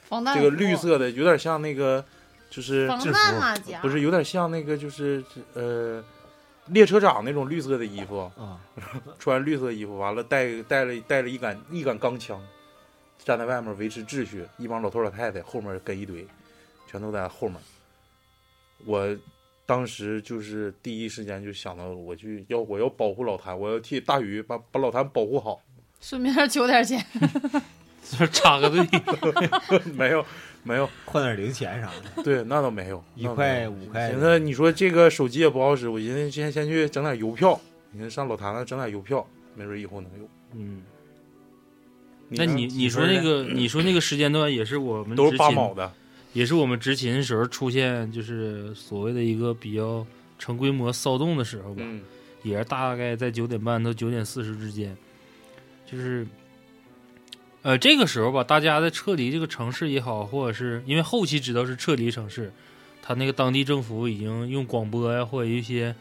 防弹
这
服
个绿色的，有点像那个就是
防
制
弹
服
马甲，
不是有点像那个就是呃列车长那种绿色的衣服，
啊，
穿绿色衣服，完了带带了带了一杆一杆钢枪，站在外面维持秩序，一帮老头老太太后面跟一堆，全都在后面。我当时就是第一时间就想到了，我去要我要保护老谭，我要替大宇把把老谭保护好。 [laughs]
顺便求点钱，
就是插个队，
没有没有，
换点零钱啥的，
对，那倒没有，
一
那倒没有
块五块
寻。思你说这个手机也不好使，我寻思先先去整点邮票，你看上老谭那整点邮票，没准以后能用。
嗯，
你
那
呢
你你说那个你说那个时间段也是我们
都
执
是八
勤
毛的，
也是我们执勤时候出现，就是所谓的一个比较成规模骚动的时候吧，
嗯，
也是大概在九点半到九点四十之间，就是，呃，这个时候吧，大家在撤离这个城市也好，或者是因为后期知道是撤离城市，他那个当地政府已经用广播呀、或者一些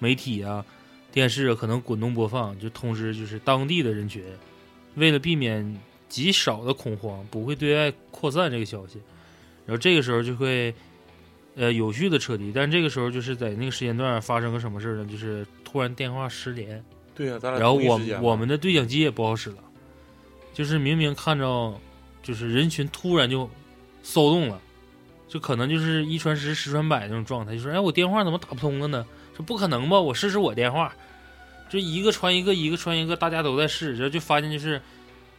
媒体啊、电视啊可能滚动播放，就通知就是当地的人群，为了避免极少的恐慌，不会对外扩散这个消息，然后这个时候就会。呃，有序的撤离，但这个时候就是在那个时间段发生个什么事儿呢？就是突然电话失联，
对啊呀、咱俩
然后
同一
我
时间嘛
我们的对讲机也不好使了，就是明明看着就是人群突然就骚动了，就可能就是一传十十传百那种状态，就说哎我电话怎么打不通了呢？说不可能吧，我试试我电话，就一个传一个，一个传一个，大家都在试，然后就发现就是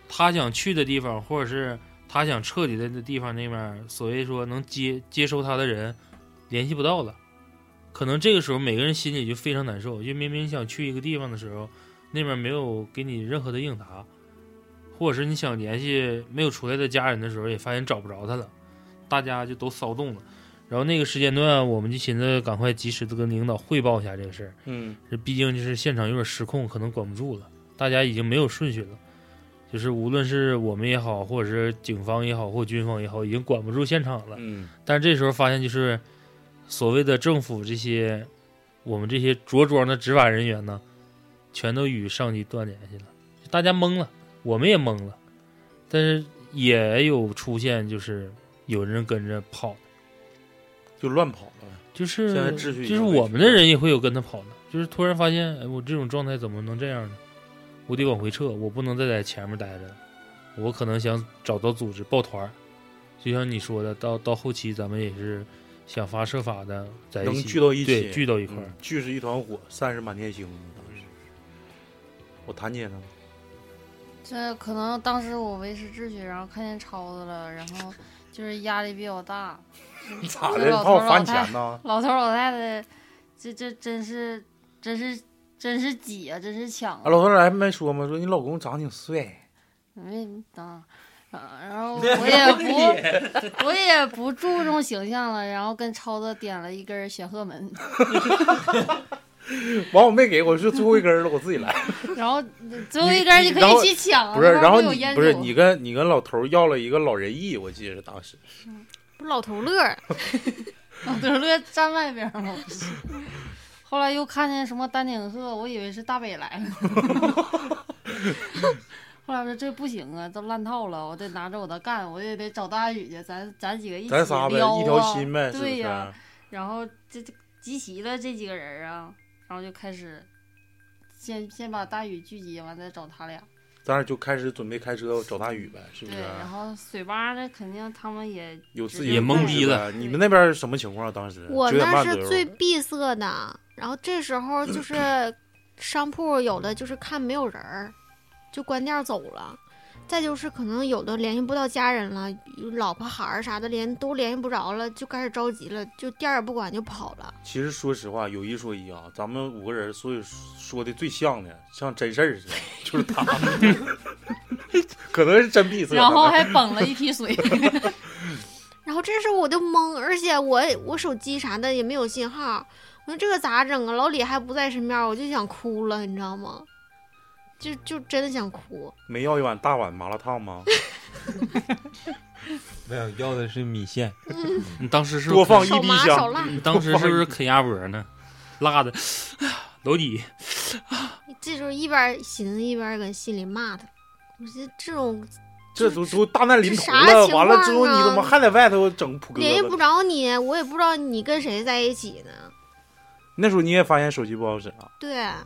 他想去的地方或者是他想撤离的地方那边，所谓说能接接收他的人联系不到了。可能这个时候每个人心里就非常难受，就明明想去一个地方的时候，那边没有给你任何的应答，或者是你想联系没有出来的家人的时候，也发现找不着他了，大家就都骚动了。然后那个时间段，我们就寻思赶快及时的跟领导汇报一下这个事儿，
嗯，
这毕竟就是现场有点失控，可能管不住了，大家已经没有顺序了。就是无论是我们也好，或者是警方也好，或军方也好，已经管不住现场了。
嗯，
但是这时候发现，就是所谓的政府这些，我们这些着装的执法人员呢，全都与上级断联系了，大家懵了，我们也懵了，但是也有出现就是有人跟着跑，
就乱跑了。
就是
现在秩序已经
就是我们的人也会有跟他跑的，就是突然发现，哎，我这种状态怎么能这样呢？我得往回撤，我不能再在前面待着了，我可能想找到组织抱团儿。就像你说的，到到后期咱们也是想方设法的在一
能
起
聚到一起
对，聚到一块儿
嗯。聚是一团火，散是满天星。当时我谭姐呢？
[laughs] 这可能当时我维持秩序，然后看见超子了，然后就是压力比较大，
咋
这
的？
老
怕
头
我
儿老
翻
太
钱呢？
老头儿老太太，这这真是真是真是挤呀、真是抢
啊，
啊！
老头儿还没说吗？说你老公长挺帅，
没等，啊然后我
[laughs]
也不，我也不注重形象了，然后跟超子点了一根显赫门，
完我没给我是最后一根儿了，我自己来。
然后最后一根就可
然后
以去抢啊，
不是，
那边
然后
有
你
烟
不是
酒
你跟你跟老头儿要了一个老人艺，我记得是当时。
不是老头乐儿，
[laughs] 老头乐站外边了。 [laughs] 后来又看见什么丹顶鹤，我以为是大北来
[laughs]
了。后来我说这不行啊，都烂套了，我得拿着我的干，我也得找大宇去，咱咱几个一起
咱仨呗，
撩啊
一条心呗，是不
对
是？
呀、然后这这集齐了这几个人啊，然后就开始先先把大宇聚集完，再找他俩。
咱俩就开始准备开车找大宇呗，是不
对，
是？啊
然后水吧那肯定他们也
有自己
也
的
懵
故事
逼
呗。你们那边是什么情况？啊当时
我
9点
那
半
是
左右
最闭塞的。然后这时候
[clears throat]
就是商铺有的就是看没有人儿，就关店儿走了。再就是可能有的联系不到家人了，有老婆孩儿啥的联都联系不着了，就开始着急了，就店儿也不管就跑了。
其实说实话，有一说一啊，咱们五个人所以说的最像的，像真事儿似的，就是他， [laughs] 可能是真闭塞。
然后还捧了一批水。 [laughs]
然后这时候我就懵，而且我我手机啥的也没有信号，我说这个咋整啊？老李还不在身边，我就想哭了，你知道吗？就就真的想哭。
没要一碗大碗麻辣烫吗？
没有要的是米线，
你当时是
多放一
少
滴
麻
香
少
[laughs]
辣，
你当时是不是啃鸭脖呢？辣 [laughs] 的，老李
这时候一边寻思一边搁心里骂他，我寻思这种
嗯这都都大难临头
这啥
了，
情
完
况
了之后你
啊
怎么还在外头整扑
联系
鸽
不
子？
着你，我也不知道你跟谁在一起呢。
那时候你也发现手机不好使啊了，
对，啊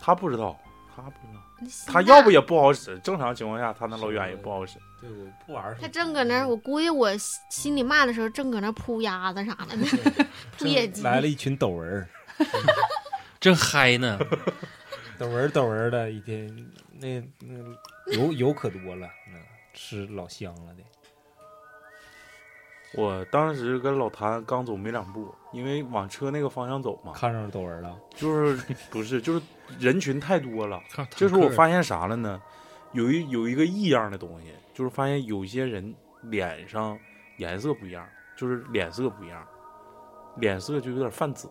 他不知道，他不知道，
那心
他
大
要不也不好使。正常情况下，他那老远也不好使。
对，我不玩儿手机。
他正搁那儿，我估计我心心里骂的时候，正搁那儿扑鸭子啥的呢，
[laughs]
扑野鸡。
来了一群抖文儿，
正嗨呢，
[laughs] 抖文儿抖文儿的，一天那 [laughs] 那油油可多了，那吃老香了的。
我当时跟老谭刚走没两步，因为往车那个方向走嘛，
看上抖文儿了，
就是不是就是人群太多了。
看
这时候我发现啥了呢？有一有一个异样的东西，就是发现有些人脸上颜色不一样，就是脸色不一样，脸色就有点泛紫。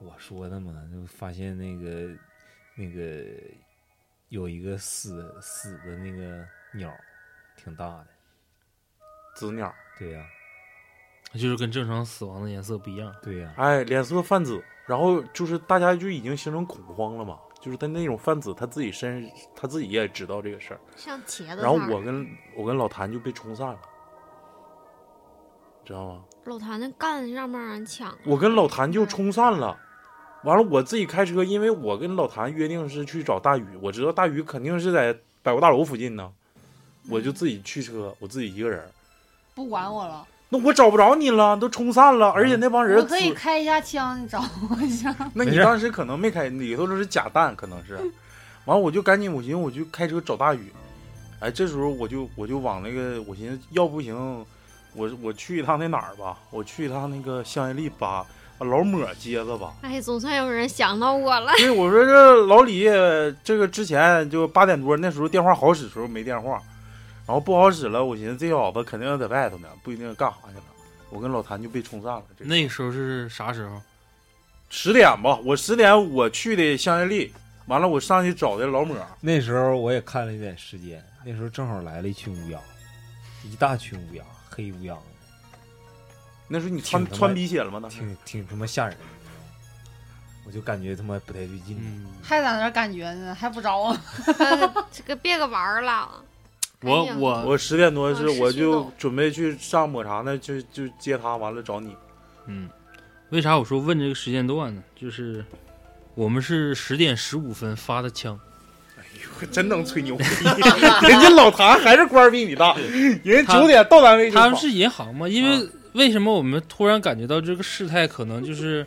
我说的嘛，就发现那个那个有一个死死的那个鸟，挺大的。
紫鸟，
对呀、
就是跟正常死亡的颜色不一样。
对呀、
哎，脸色泛紫，然后就是大家就已经形成恐慌了嘛，就是他那种泛紫，他自己身他自己也知道这个事儿。
像茄子
然后
那儿
我跟我跟老谭就被冲散了，知道吗？
老谭那干让不让人抢啊？
我跟老谭就冲散了。完了，我自己开车，因为我跟老谭约定是去找大宇，我知道大宇肯定是在百货大楼附近呢，我就自己去车，我自己一个人儿。
不管我了，
那我找不着你了，都冲散了，而且那帮人
我可以
死
开一下枪，你找我一下。
那
没
你
事儿
当时可能没开，里头都是假弹，可能是。完了，我就赶紧，我寻思我就开车找大宇。哎，这时候我就我就往那个，我寻思要不行，我我去一趟那哪儿吧，我去一趟那个香叶丽吧，啊老抹街子吧。
哎，总算有人想到
[laughs]
我了。 [laughs]
因为我说这老李这个之前就八点多那时候电话好使的时候没电话，然后不好使了，我寻思这小子肯定在外头呢，不一定干啥去了。我跟老谭就被冲散了。这个
那时候是啥时候？
十点吧，我十点我去的香叶丽，完了我上去找的老抹。
那时候我也看了一点时间，那时候正好来了一群乌鸦，一大群乌鸦，黑乌鸦，
那时候你穿
挺他妈
穿皮鞋了吗？当时
嗯
挺挺他妈吓人的。我就感觉他妈不太对劲，
嗯，
还在那儿感觉呢，还不着啊？
这个别个玩儿了，哎
我
赶紧
我
我十点多是
啊是
我
去
就
走
准备去上抹茶那，就就接他，完
[laughs]
了找你。
嗯，为啥我说问这个时间段呢？就是我们是十点十五分发的枪，
[laughs] 真能吹牛逼，人家老谭还是官儿比你大，人家
他
九点到单位就
他们
跑
是银行嘛？因为为什么我们突然感觉到这个事态可能就是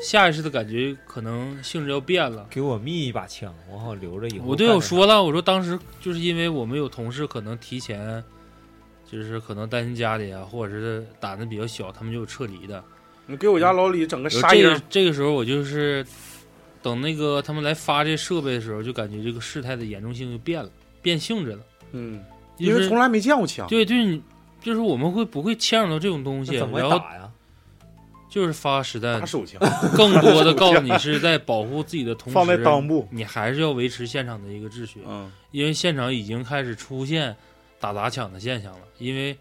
下意识的感觉可能性质要变了？
给我密一把枪，我好留着以后。
我队友，说了，我说当时就是因为我们有同事可能提前，就是可能担心家里啊，或者是胆子比较小，他们就有撤离的。
你给我家老李整个沙
这
鹰
个，这个时候我就是等那个他们来发这设备的时候，就感觉这个事态的严重性就变了，变性质了。
嗯，
就
因为
是
从来没见过枪，
对对，你就是我们会不会牵扯到这种东西，
那怎么
然后
打呀？
就是发实弹
打，手枪，
更多的告诉你是在保护自己的同
放在
时，
裆部，
你还是要维持现场的一个秩序，
嗯，
因为现场已经开始出现打砸抢的现象了。因为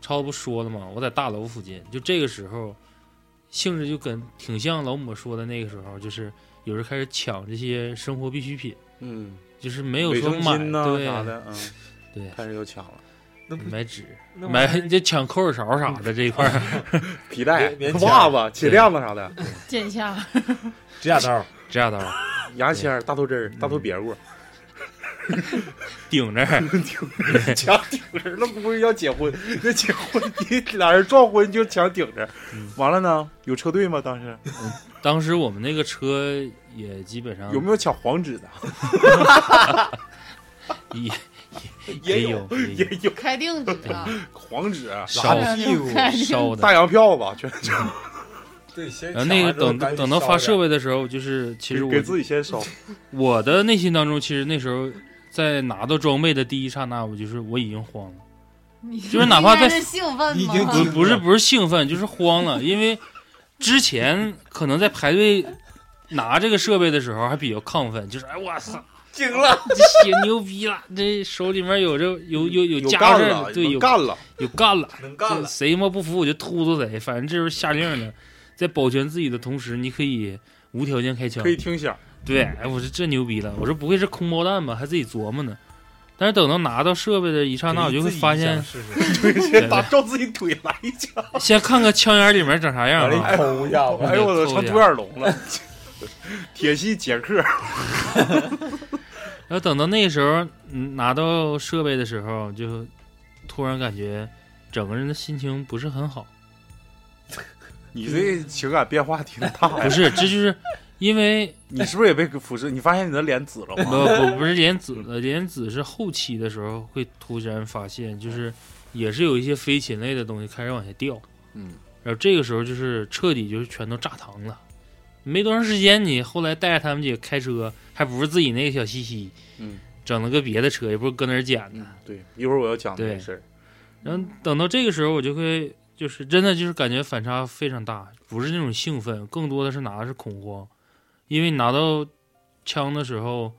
超子不说了嘛，我在大楼附近，就这个时候性质就跟挺像老母说的那个时候，就是有人开始抢这些生活必需品，
嗯，
就是没有
卫
说
生
买
巾呐啥
对
的，嗯，
[laughs] 对
开始又抢
[laughs]
了，
买纸
那玩
买
意儿
就抢口水勺啥的这一块儿， [laughs]
皮带
别别、抢
袜子、铁链子啥的，
剑下
指甲刀，
指甲刀
牙签儿、大头针儿、大头别过，
顶着。 [laughs]
强顶着，那不是要结婚？那结婚你俩人撞婚就强顶着，
嗯
完了呢？有车队吗？当时
当时我们那个车也基本上
有没有抢黄纸的？
也
也 [laughs]
有
也有
开定指啊，
黄纸、
烧
哎
拉屁股，
烧的嗯
大。洋票子，全全
[laughs] 对，先
然
抢
后那个
完之后
等
赶紧
等到
烧
发
一下
设备的时候，就是其实我
给自己先烧。
我的内心当中，其实那时候在拿到装备的第一刹那，我就是我已经慌了，就是哪怕
应该
在
是兴奋
已
吗？
经
不不是不是兴奋，就是慌了，因为之前可能在排队拿这个设备的时候还比较亢奋，就是哎我操。
惊了，
这血牛逼了，这手里面有这有有有
有
家
干
事
了，
儿，对，有
有干了，
有干了，
能干了
这，谁他妈不服我就突突谁。反正这时候下令了，在保全自己的同时，你可以无条件开枪
可。以听响。
对，哎，我说这牛逼了，我说不会是空包弹吧？还自己琢磨呢。但是等到拿到设备的一刹那，我就会发现，
自己想试试
对，打照自己腿来一枪，
先看看枪眼里面长啥
完
样
了，
啊
一。抠一下子，
哎呦我操，成独眼龙了， [laughs] 铁系杰克，
然后等到那时候嗯拿到设备的时候，就突然感觉整个人的心情不是很好。
你这情感变化挺大
不
呀。
是，这就是因为
你是不是也被腐蚀？你发现你的脸紫了
不 [laughs]
吗？
不不是莲子了，莲子是后期的时候会突然发现，就是也是有一些飞禽类的东西开始往下掉，
嗯，
然后这个时候就是彻底就是全都炸膛了。没多长时间，你后来带着他们姐开车，还不是自己那个小西西，
嗯，
整了个别的车，也不是搁哪儿捡的。
嗯，对，一会儿我要讲这
对
个事儿。
然后等到这个时候，我就会就是真的就是感觉反差非常大，不是那种兴奋，更多的是拿的是恐慌，因为拿到枪的时候，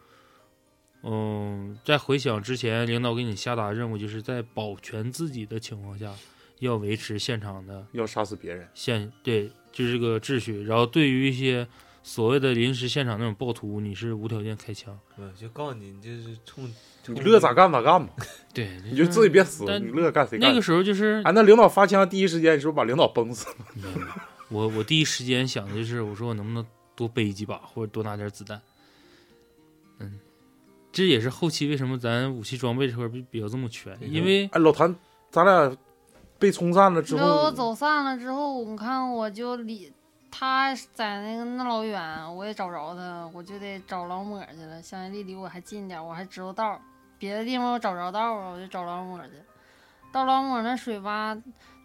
嗯，在回想之前领导给你下达的任务，就是在保全自己的情况下，要维持现场的
要杀死别人，
现对就是这个秩序，然后对于一些所谓的临时现场那种暴徒，你是无条件开枪，
[laughs] 我就告诉你，你就是冲
你乐咋干咋干吧，
对，
你就自己别
嗯
死，
但
你乐干谁干
嗯那
谁
个。时候就是
哎，那领导发枪第一时间，你是不是把领导崩死了？
没有，我我第一时间想的就是，我说我能不能多背几把，或者多拿点子弹。嗯，这也是后期为什么咱武器装备这块儿比比较这么全，因为
哎，老谭，咱俩被冲散了之
那我
后，
走散了之后，我看我就离他在那个那老远，我也找不着他，我就得找老抹去了。香叶丽离我还近点儿，我还知道道儿，别的地方我找不着道啊，我就找老抹去。到老抹那水吧，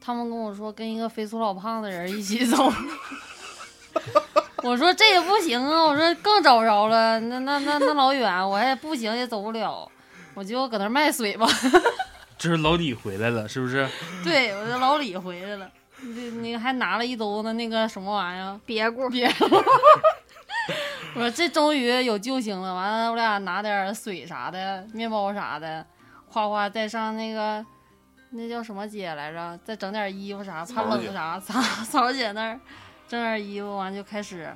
他们跟我说跟一个肥粗老胖的人一起走。 [laughs] 我说这也不行啊！我说更找不着了，那那那那老远，我还不行也走不了，我就搁那儿卖水吧。
这是老李回来了，是不是？
对，我的老李回来了，那那个还拿了一兜子那个什么玩意儿，
别过，
别， [laughs] 我说这终于有救星了。完了，我俩拿点水啥的，面包啥的，夸夸再上那个那叫什么街来着，再整点衣服啥，怕
曹姐
冷啥， [laughs] 曹曹姐那儿整点衣服，完就开始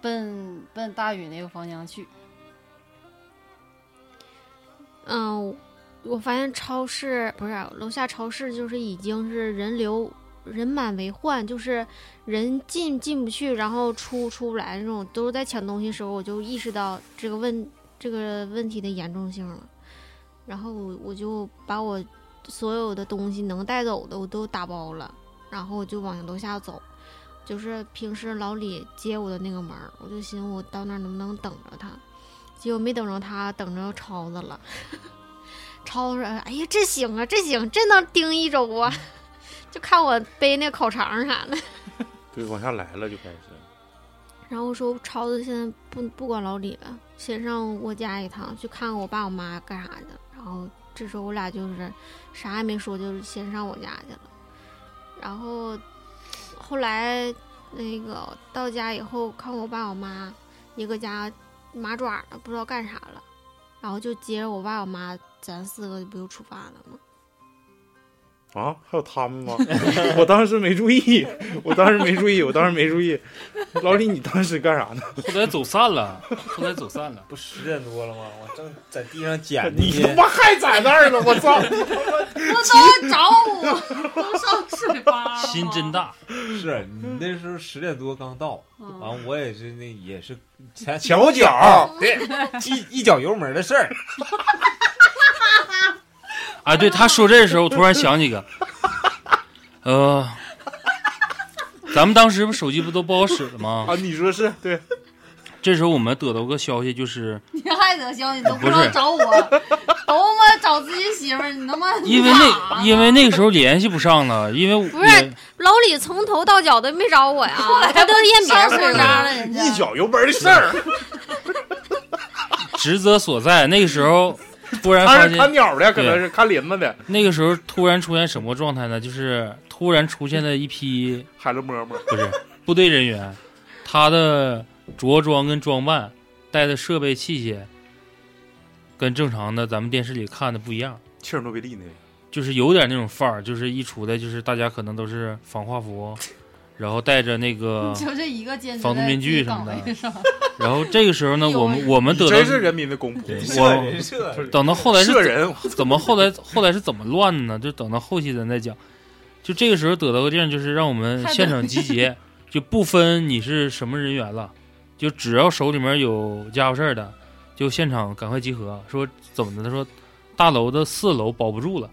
奔奔大宇那个方向去。
嗯，我发现超市不是啊楼下超市，就是已经是人流人满为患，就是人进进不去，然后出出不来那种，都是在抢东西的时候，我就意识到这个问这个问题的严重性了。然后我我就把我所有的东西能带走的我都打包了，然后我就往楼下走。就是平时老李接我的那个门儿，我就寻思我到那儿能不能等着他，结果没等着他，等着超子了。超说：“哎呀，这 [laughs] 行啊，这行，这能盯一周啊！就看我背那烤肠啥的。
对，往下来了就开始。
然后我说超子现在不不管老李了，先上我家一趟去看看我爸我妈干啥去。然后这时候我俩就是啥也没说，就是先上我家去了。然后后来那个到家以后，看我爸我妈也搁家麻爪了，不知道干啥了。然后就接着我爸我妈，咱四个不就出发了吗？
啊，还有他们吗？ [laughs] 我当时没注意，我当时没注意，我当时没注意。老李，你当时干啥 [laughs] 呢？
后来走散了， [laughs] 后来走散了。
不十点多了吗？我正在地上捡呢。
你他妈还在那儿呢！我 [laughs] 操！
我都找我，都上水吧。
心真。大，
是你那时候十点多刚到，
哦
嗯
完我也是那也是前
前后脚，
对
[laughs]
一一脚油门的事儿。
啊，对，他说这的时候，我突然想起一个，呃，咱们当时不手机不都不好使了吗？
啊，你说是对，
这时候我们得到个消息，就是
[laughs] 你还得消息都不
哎不
知
是
道找我，都他妈找自己媳妇儿，你他妈
因为那因为那个时候联系不上了，因为
不
我
是老李从头到脚都没找我 [laughs] 呀，他都咽别
啥
人
事
身
儿
上
搭
了。
了人家
一脚油门的事儿，
职责所在，那个时
[laughs]
候突然
他
发
是看
现，
鸟的，可能是看林子的，
那个时候突然出现什么状态呢？就是突然出现了一批
海了摸摸。
不是 [laughs] 部队人员，他的着装跟装扮、带的设备器械，跟正常的咱们电视里看的不一样，
切尔诺贝利那个，
就是有点那种范儿，就是一出来就是大家可能都是防化服，然后带着那
[laughs]
个，
就这一个兼职
啊防毒面具什么的
[laughs]
的。
然后这个时候呢，
有
我们我们
啊你
得
真是
到
人民的公仆，
这人
[laughs]
设
等到后来是
射人，
[laughs] 怎么后来后来是怎么乱的呢？就等到后期咱再讲。就这个时候得到个定，就是让我们现场集结，就不分你是什么人员了，就只要手里面有家伙事儿的，就现场赶快集合。说怎么的？他说大楼的四楼保不住了，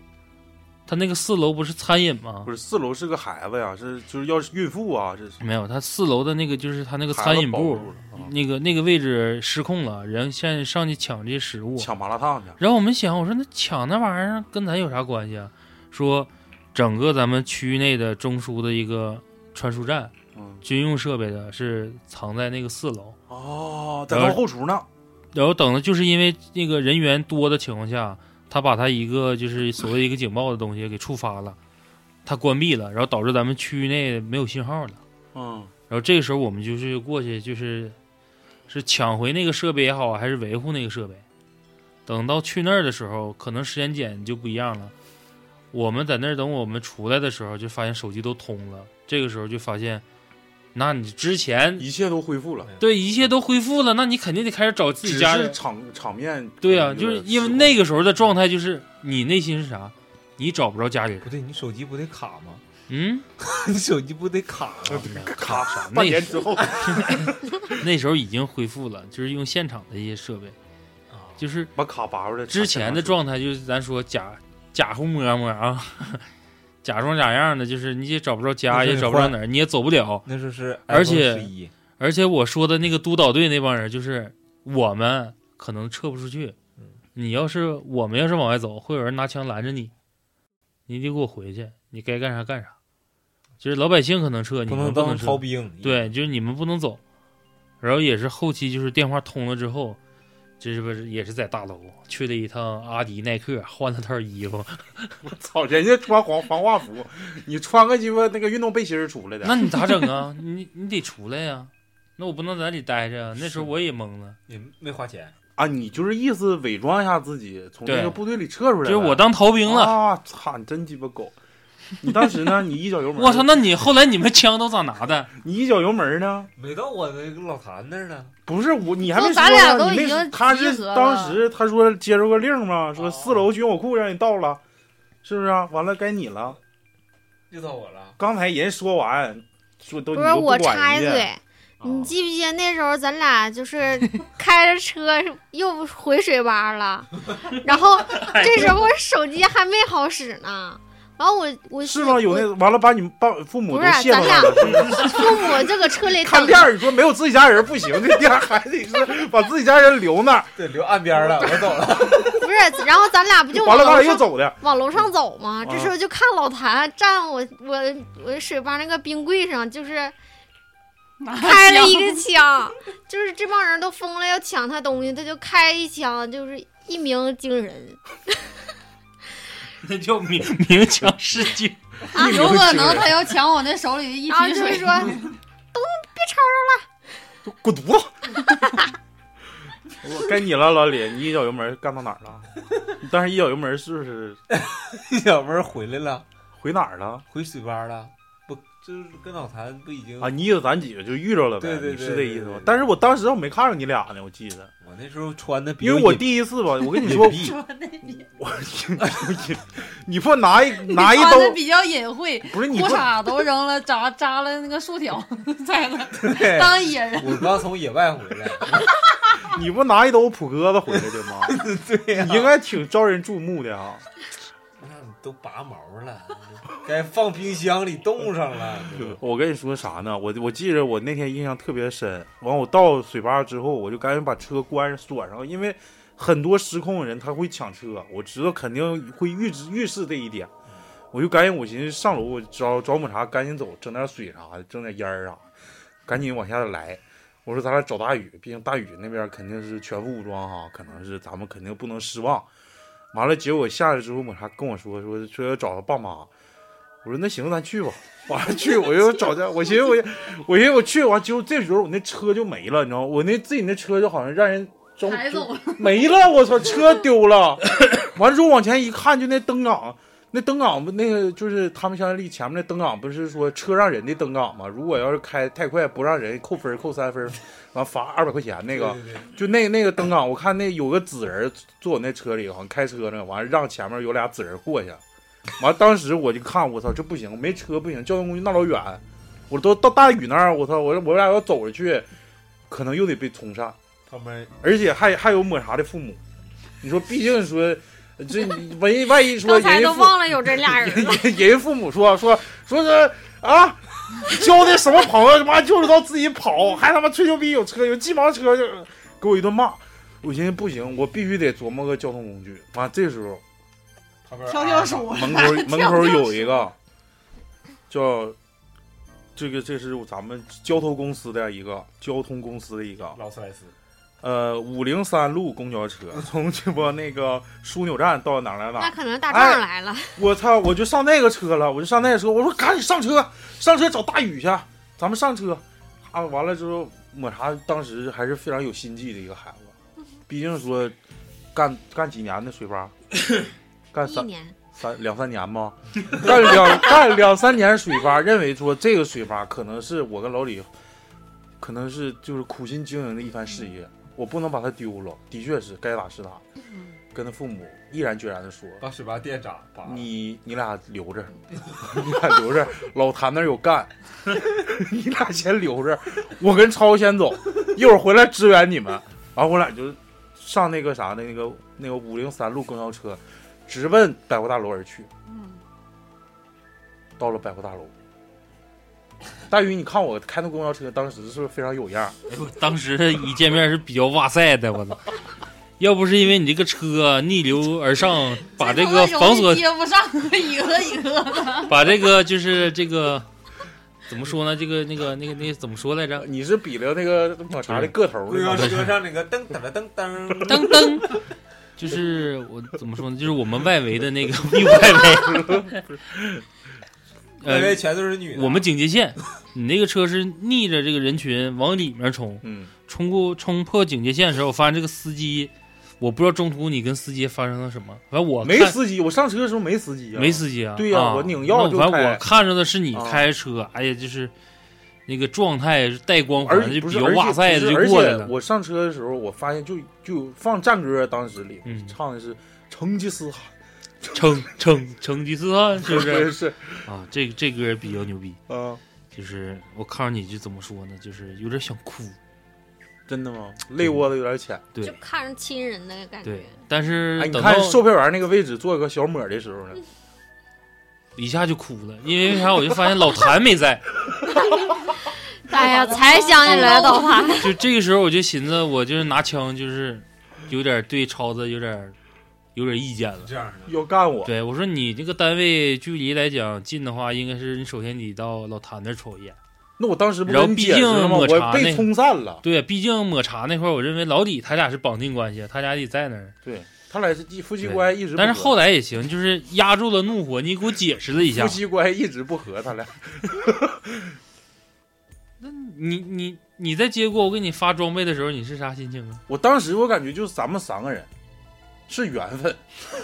他那个四楼不是餐饮吗
不？是四楼是个孩子呀，是就是要是孕妇啊，这是
没有，他四楼的那个就是他那个
孩
餐
子
饮
保
部
住，了啊
那个那个位置失控了，人现在上去抢这些食物，
抢麻辣烫去，
然后我们想，我说那抢那玩意儿跟咱有啥关系啊？说整个咱们区域内的中枢的一个传输站，
嗯，
军用设备的是藏在那个四楼。
哦，在闹后厨呢，
然后等的就是因为那个人员多的情况下，他把他一个就是所谓一个警报的东西给触发了，他关闭了，然后导致咱们区域内没有信号了。
嗯，
然后这个时候我们就是过去，就是是抢回那个设备也好，啊还是维护那个设备。等到去那儿的时候，可能时间点就不一样了。我们在那儿等我们出来的时候，就发现手机都通了。这个时候就发现，那你之前
一切都恢复了，
对一切都恢复了，那你肯定得开始找自
只
己家人
是。场场面，
对啊，就是因为那个时候的状态，就是你内心是啥，你找不着家里人。
不对，你手机不得卡吗？ [laughs]
嗯，
你手机不得卡吗？
咔
啥
[laughs] 半
那
年之后，
那时候已经恢复了，就是用现场的一些设备，
啊
就是
把卡拔出
[laughs]
来，
之前的状态就是咱说假假糊摸摸啊， [laughs] 假装假样的，就是你也找不着
那
家，
是
也
你
找不着
换
哪儿，你也走不了。
那时候是
而且
一，
而且我说的那个督导队那帮人，就是我们可能撤不出去
嗯。
你要是我们要是往外走，会有人拿枪拦着你，你得给我回去，你该干啥干啥。就是老百姓可能撤，你
不
们
能
不
当
能撤
逃。兵。，
对，就是你们不能走。然后也是后期就是电话通了之后，这是不是也是在大楼去了一趟阿迪耐克，换了套衣服。
操，人家穿黄防化服，你穿个鸡巴那个运动背心儿出来的，
那你咋整啊？你你得出来呀、那我不能在里待着啊。那时候我也懵了，
也没花钱。
啊，你就是意思伪装一下自己，从那
对
个部队里撤
就
出来呗，
是我当逃兵了。
啊，操，你真鸡巴狗！你当时呢？你一脚油
[laughs]
门，
我操！！那你后来你们枪都咋拿的？
你一脚油门呢？
没到我那个老谭那儿呢，
不是我，你还没
就
说
咱俩
呢，
都
你没
已经
他是
集合了
当时他说接着个令嘛，说
哦
四楼军火库让你到了，是不是、啊？完了该你了。
又到我了。
刚才人说完，说都
不
你
是
都
我
不
插
管啊
一
人家，
嘴，你记不记得那时候咱俩就是开着车又回水吧
[laughs]
了，然后这时候
哎
我手机还没好使呢，然后我我
是吗？有
我
那完了把你爸父母
不
都
是
卸了
咱俩
了，是不是
父母就搁车里
看
等
片，儿你说没有自己家人不行，这店还得
[laughs]
是把自己家人留那儿，
对，留岸边了，我走了。 [laughs]
不是，然后咱俩不就
完
往
了完
楼
了又
上
走的。
往楼上走吗？
啊
这时候就看老谭站我我我水吧那个冰柜上，就是开了一个枪， [laughs] 就是这帮人都疯了要抢他东西，他就开一枪，就是一鸣惊人
那叫明明抢世界。
啊！
[laughs] 有可能他要抢我那手里的一
然后
瓶
啊就是
水，
[laughs]
说，
[laughs] 滚犊子！我该你了，老李，你一脚油门干到哪儿了？你当时一脚油门是不是
小妹儿回来了，
回哪儿了？
回水吧了，不就是跟老谭不已经
啊，你意思咱几个就遇着了呗？
对对对
你是这意思
对
吧
对对？
但是我当时我没看着你俩呢，我记得，
我那时候穿的比
因为我第一次吧，我跟你说，
你
我你你不拿一拿一
穿的
兜，
比较隐晦，
不是你
裤
不
衩都扔了，扎扎了那个树条， [laughs] 在了
对，
当野人。
我刚从野外回
[laughs]
来，
你不拿一兜普鸽子回来的吗？
对呀
你应该挺招人注目的啊哈。
那你都拔毛了，该放冰箱里冻上了。
我跟你说啥呢？我我记着我那天印象特别深。完，我到水吧之后，我就赶紧把车关上锁上了，因为很多失控的人他会抢车，我知道肯定会预知预示这一点。我就赶紧，我寻思上楼，我找找抹茶，赶紧走，整点水啥的，整点烟儿啥的，赶紧往下来。我说咱俩找大宇，毕竟大宇那边肯定是全副武装哈，可能是咱们肯定不能失望。完了，结果下来之后，抹茶跟我说说说要找他爸妈，我说那行，咱去吧。完了去， [laughs] 我又找家，我寻思我，我寻思我去完之后，这时候我那车就没了，你知道吗？我那自己那车就好像让人整
抬走了，
没了，我操，车丢了。 [coughs] 完了之后往前一看，就那灯岗，那灯岗不那个就是他们乡里前面那灯岗，不是说车让人的灯岗吗？如果要是开太快不让人扣分，扣三分，完罚二百块钱那个。
对对对
就那那个灯岗，我看那有个纸人坐我那车里，好像开车呢，完了让前面有俩纸人过去，完了当时我就看，我操，这不行，没车不行，交通工具那老远，我都到大宇那儿，我操，我我俩要走着去，可能又得被冲散，
他们
而且还还有抹茶的父母，你说毕竟说这万一万一说
刚才
人家
都
父
忘了有这
[laughs]
俩人了。
人人父母说说说是啊，交的什么朋友，他妈就知道自己跑，还他妈吹牛逼有车有鸡毛车，就给我一顿骂。我寻思不行，我必须得琢磨个交通工具。完、这时候
他们
挑挑，手啊，
门口门口有一个叫这个，这是咱们交通公司的一个交通公司的一个
劳斯莱斯，
呃五零三路公交车， [laughs] 从这不那个枢纽站到哪儿来哪儿
那。可能大壮来了，
我操！我就上那个车了，我就上那个车，我说赶紧上车，上车找大宇去，咱们上车。啊，完了之后，抹茶当时还是非常有心计的一个孩子，毕竟说干干几年的水吧，干
一
三
年
三两三年吧， [laughs] 干两干两三年水吧，认为说这个水吧可能是我跟老李，可能是就是苦心经营的一番事业，我不能把它丢了，的确是该打是打，跟他父母毅然决然的说，
把水吧店长拔了，
你你俩留着，你俩留着，老谭那儿有干， [laughs] 你俩先留着，我跟超先走，一会儿回来支援你们。然后我俩就上那个啥那个那个五零三路公交车，直奔百货大楼而去。
嗯
到了百货大楼，大宇，你看我开那公交车，当时是不是非常有样儿？
哎我当时一见面是比较哇塞的，我操！要不是因为你这个车逆流而上，把这个
这他妈
防
容易
锁，
接不上， [laughs] 一个一个的。
[laughs] 把这个就是这个怎么说呢？这个那个那个那个怎么说来着？
你是比了那个抹茶的个头
公
的
交
吗？
车上那个噔噔噔噔
噔噔，就是我怎么说呢？就是我们外围的
[laughs]
那个又外围，
因为
呃，
全都是女的，
我们警戒线，你那个车是逆着这个人群往里面冲，
嗯，
冲过冲破警戒线的时候，我发现这个司机，我不知道中途你跟司机发生了什么，反正我
没
看
司机，我上车的时候没司机啊，
没司机啊，
对呀
啊
我拧钥匙就
那我反正
开
我看着的是你
啊
开车，哎呀，就是那个状态是带光
嗯而
环，就
不
比
是
较
而且
哇塞的
不是而
就
且
过来了。
我上车的时候，我发现就就放战歌，当时里、
嗯
唱的是成
[laughs]
吉思汗，
成成成吉思汗是不
[laughs] 是
是
是
啊？这这歌比较牛逼，
啊，
就是我看着你就怎么说呢，就是有点想哭，
真的吗？泪
嗯
窝子有点浅。
对
就看着亲人的感
对
觉。，
但是
哎，你
嗯等到嗯
看售票员那个位置做个小抹的时候呢，
一下就哭了，因为为啥？我就发现老谭没在，
哎呀，才想起来倒盘，
就这个时候我就寻思，我就是拿枪，就是有点对超子有点有点意见了。
这样的，
要干我，
对，我说你这个单位距离来讲近的话，应该是你首先得到老谭那儿瞅一眼，
那我当时不
然后
跟你
毕
解释
竟
了吗？
抹
我
茶
被
那
冲散了。
对，毕竟抹茶那块儿，我认为老李他俩是绑定关系，他俩得在那儿。
对他俩是夫妻
对
关系一直不和，
但是后来也行，就是压住了怒火，你给我解释了一下
夫。妻关系一直不和，他俩
你你你在接过我给你发装备的时候，你是啥心情啊？
我当时我感觉就是咱们三个人是缘分，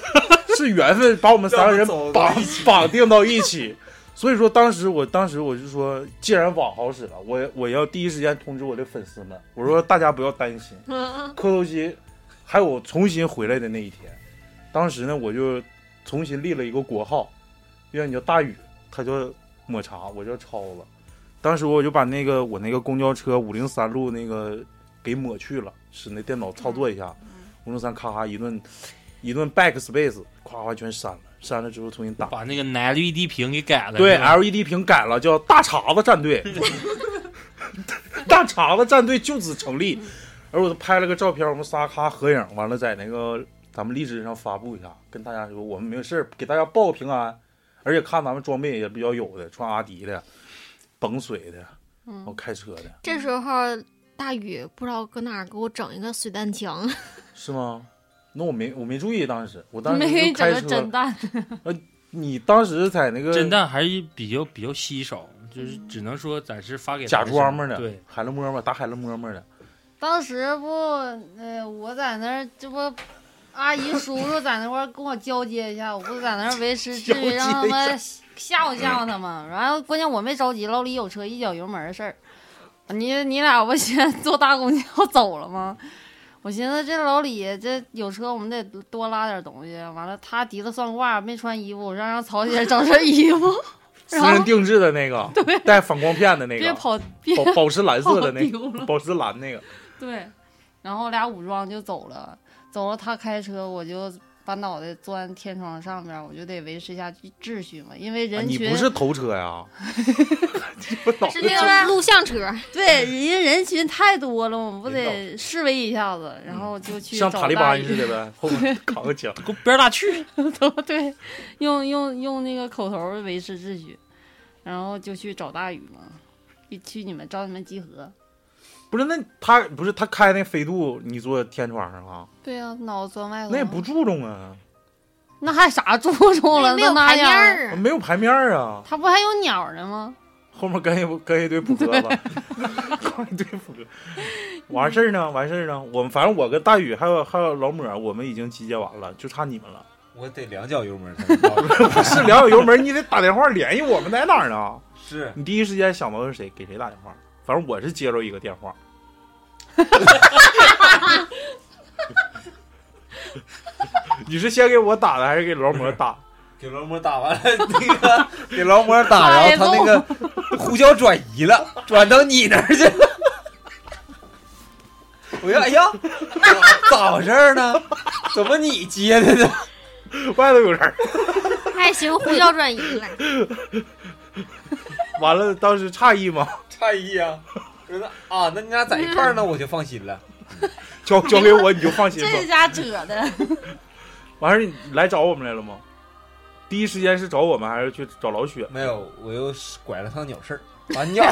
[laughs] 是缘分把我们三个
[laughs]
人
让我们走到
绑绑定到一起。所以说，当时我当时我就说，既然网好使了，我我要第一时间通知我的粉丝们，我说大家不要担心，磕头机还有重新回来的那一天。当时呢，我就重新立了一个国号，因为你叫大宇，他叫抹茶，我叫超子。当时我就把那个我那个公交车五零三路那个给抹去了，使那电脑操作一下，五零三咔咔一顿一顿 backspace，夸夸全删了，删了之后重新打。
把那个 LED 屏给改了。
对
是吧
LED 屏改了，叫大碴子
[laughs]
战队。大碴子战队就此成立。而我拍了个照片，我们仨咔合影，完了在那个咱们荔枝上发布一下，跟大家说我们没有事儿，给大家报个平安。而且看咱们装备也比较有的，穿阿迪的，甭水的，
嗯
我开车的，
[laughs] 这时候大宇不知道搁哪儿给我整一个水弹 [laughs] 枪，
是吗？那我没我没注意，当时我当时
没给你整
就开
个
车，
蒸蛋，
你当时在那个
震蛋还是比较比较稀少，就是只能说暂时发给
假装嘛
的。
呢，
对，，
海了摸摸打海了摸摸的，
当时不，呃，我在那儿，这不，阿姨叔叔在那块儿跟我交接一下，我在那儿维持秩序，让他们吓唬吓唬他们。然后关键我没着急，老李有车一脚油门的事儿。你你俩不先 [laughs] 坐大公交走了吗？我寻思这老李这有车，我们得多拉点东西。完了，他提了算卦，没穿衣服，让让曹姐整身衣服，
私
然
人
后
定制的
[laughs]
那个，带反光片的那
别
个，
跑别
宝宝石蓝色的那
跑丢
个，
了
宝石蓝那个，
对，然后俩武装就走了，走了他开车，我就把脑袋钻天窗上面，我就得维持一下秩序嘛，因为
啊
人
你
群、
不是头车
[laughs]
呀？你不脑
是
袋
那个录像车，
对，人家人群太多了，我们不
人
得示威一下子，然后就去
嗯像
找
塔利
大
班
爷
似的呗，后面扛个枪。
给我边儿大 [laughs] 去。
[laughs] 对，用用用那个口头儿维持秩序，然后就去找大宇嘛，一去你们找你们集合。
不是，那他不是他开那飞度，你坐天窗上啊？
对呀、脑子钻外头了，
那也不注重啊，
那还啥注重了？
没有
都那
牌面
样儿，
儿啊。
没有牌面儿啊，
他不还有鸟儿呢吗？
后面跟一跟一
[laughs]
堆扑克子， [laughs] 跟一堆扑克。完事儿呢，完事儿呢，我们反正我跟大宇还有还有老抹，我们已经集结完了，就差你们了。
我得两脚油门才能到。
不 [laughs] 是两脚油门，你得打电话联系我们在哪儿呢？
是
你第一时间想到是谁，给谁打电话？反正我是接着一个电话， [laughs] 你是先给我打的还是给劳模打？
给劳模打完了，那个给劳模打，
哎
然后他那个呼叫转移了，转到你那儿去了。我说哎呀， [laughs] 咋回事儿呢？怎么你接的 [laughs] 呢？
外头有人。
还行，呼叫转移了。
完了，当时诧异吗？
诧异啊！我说啊，那你俩在一块儿呢，我就放心了。
交交给我，你就放心吧。
这家褶的。
完事儿你来找我们来了吗？第一时间是找我们，还是去找老雪？
没有，我又拐了趟鸟事儿，把 [laughs] 鸟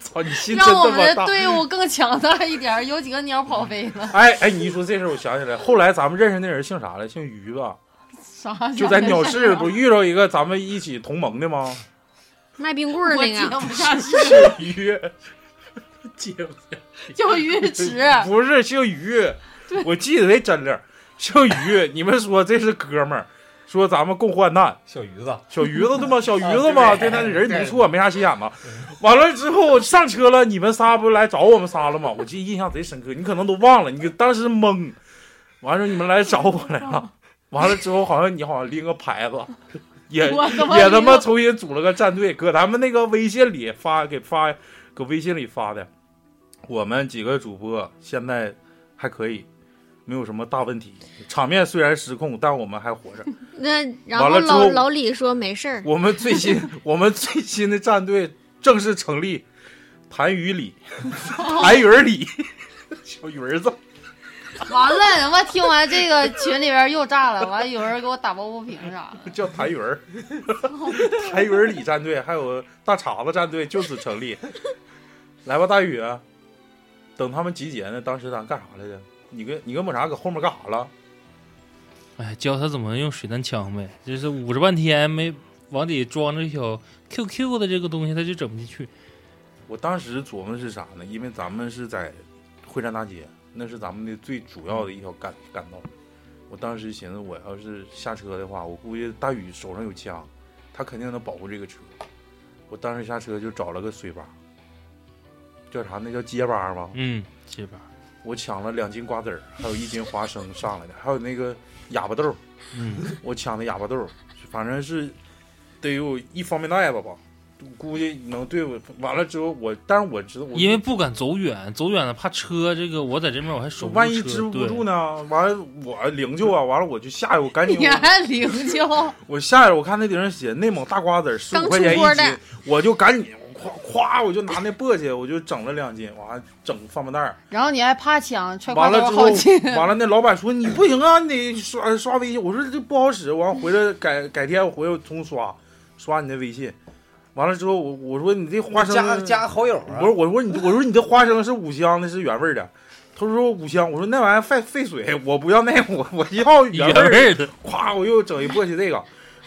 操，你心真
让我
他
们
妈
的
大！
队伍更强大一点儿，有几个鸟跑飞
[laughs]
了，
哎哎，你一说这事儿，我想起来，后来咱们认识那人姓啥来？姓于吧？
啥？ [laughs]
就在鸟市，不是遇到一个咱们一起同盟的吗？
卖冰棍儿
我
那
接
个，
不下去，
姓于，
叫鱼池，
不是姓于，我记得那真理儿，姓于。你们说这是哥们儿，说咱们共患难。
小鱼子，
小鱼子对吗？小鱼子
啊
嘛，[laughs]
对
对，那人不错，没啥心眼子。完了之后上车了，你们仨不是来找我们仨了吗？我记得印象贼深刻，你可能都忘了，你当时懵。完了，你们来找我来了。完了之后，好像你好像拎个牌子，也
我他妈
[laughs] 也他妈重新组了个战队，搁咱们那个微信里发给发，搁微信里发的。我们几个主播现在还可以，没有什么大问题。场面虽然失控，但我们还活着。
那然
完
后
了之
老
后
老李说没事儿，
我们
[laughs]
最新我们最新的战队正式
[laughs]
成立，谭鱼里，谭鱼儿里，小鱼儿子，
完了，他妈听完这个群里边又炸了，完了有人给我打抱不平啥的。
叫台云儿，台云儿里战队还有大碴子战队就此成立。来吧，大宇，啊等他们集结呢，当时咱干啥来着？你跟你跟抹茶搁后面干啥了？
哎，教他怎么用水弹枪呗，就是捂着半天没往里装这小 QQ 的这个东西，他就整不进去。
我当时琢磨是啥呢？因为咱们是在会战大街，那是咱们的最主要的一条干干道。我当时寻思，我要是下车的话，我估计大宇手上有枪，他肯定能保护这个车。我当时下车就找了个水吧，叫啥？那叫街吧吧。
嗯，这边儿，
我抢了两斤瓜子儿，还有一斤花生上来的，还有那个哑巴豆儿，
嗯，
我抢的哑巴豆儿，反正是得有一方便袋子吧，估计能对我。完了之后我，但是我知道我
因为不敢走远，走远了怕车这个，我在这边我还守不住车，
万一支不住
对
呢？完了我灵柩啊，完了我就下去，我赶紧
哎
你还灵
[laughs]
柩？
我下去，我看那顶上写内蒙大瓜子儿十
刚
五
出
块钱一
锅
斤
的，
我就赶紧夸夸我就拿那簸箕我就整了两斤，完了整方便袋儿。
然后你还怕抢揣
完
挎
了
兜
之后
好近，，
完了那老板说你不行啊，你得刷刷微信。我说这不好使，完了回来改改天我回来重刷，刷你的微信。完了之后我我说你这花生
加加好友啊
我说，我说你我说你这花生是五香的，是原味儿的。他说五香，我说那玩意儿费费水，我不要那我我要原
原
味儿的。
味儿的，
[laughs] 咵，我又整一簸箕这个。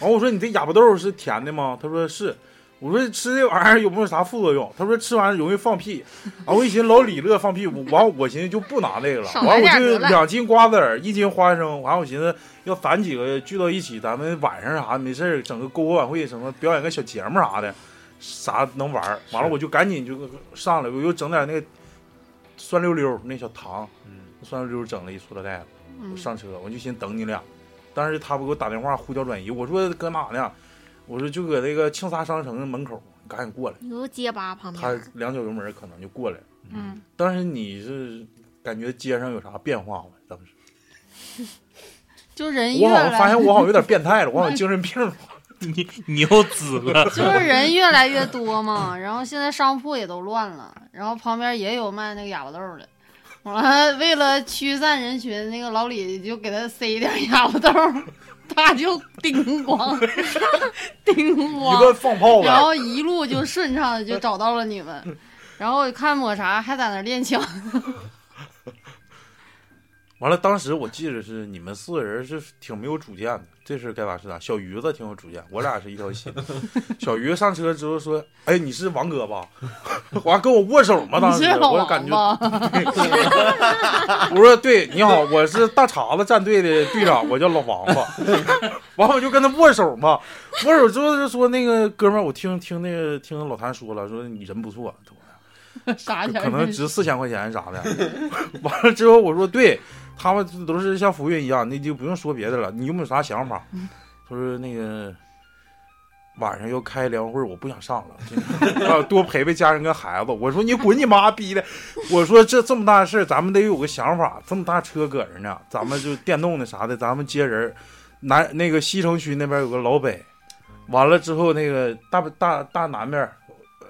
完，我说你这哑巴豆是甜的吗？他说是。我说吃这玩意儿有没有啥副作用？他说吃完容易放屁。啊，我一寻思老李乐放屁，我完我寻思就不拿这个了。
少
完
来
我
点儿
就
得了
两斤瓜子儿，一斤花生。完我寻思要咱几个聚到一起，咱们晚上啥没事儿整个篝火晚会什么，表演个小节目啥的，啥能玩儿。完了我就赶紧就上来，我又整点那个酸溜溜儿那小糖，
嗯，
酸溜溜儿整了一塑料袋子。我
嗯
上车，我就寻思等你俩。当时他不给我打电话呼叫转移，我说搁哪呢？我说就搁那个庆沙商城门口，你赶紧过来。
你又结巴旁边
他
儿，
两脚油门可能就过来了。
嗯，
当时你是感觉街上有啥变化吗？当时
就人越
我好像发
来
现我好像有点变态了，我好像精神
[laughs]
病了。 [laughs]
你你又紫 [laughs] 了，
就是人越来越多嘛， [laughs] 然后现在商铺也都乱了，然后旁边也有卖那个哑巴豆儿的。完了，为了驱散人群，那个老李就给他塞一点哑巴豆儿， [laughs] 他就叮咣 [laughs] 叮
一
咣
个，放炮
然
的，
后一路就顺畅的就找到了你们。然后我看抹茶还在那儿练枪，
完了，当时我记着是你们四个人是挺没有主见的，这事儿该咋是咋。小鱼子挺有主见，我俩是一条
[laughs]
心。小鱼上车之后说：“哎，你是王哥吧？” [laughs] 我还跟我握手吗？当
你
时
是老
我感
王
觉
吧？
[laughs] 我说对，你好，我是大碴子战队的队长，我叫老王八。 [laughs] 完我就跟他握手嘛，握手之后就说那个哥们儿，我听听那个听老谭说了，说你人不错，
啥钱
可能值四千块钱啥的。 [laughs] 完了之后我说对，他们都是像福运一样，那就不用说别的了。你有没有啥想法？他说那个晚上要开联欢会，我不想上了， [laughs] 就是要多陪陪家人跟孩子。我说你滚你妈逼的！我说这这么大事儿，咱们得有个想法。这么大车搁着呢，咱们就电动的啥的，咱们接人儿。南那个西城区那边有个老北，完了之后那个大大大南边儿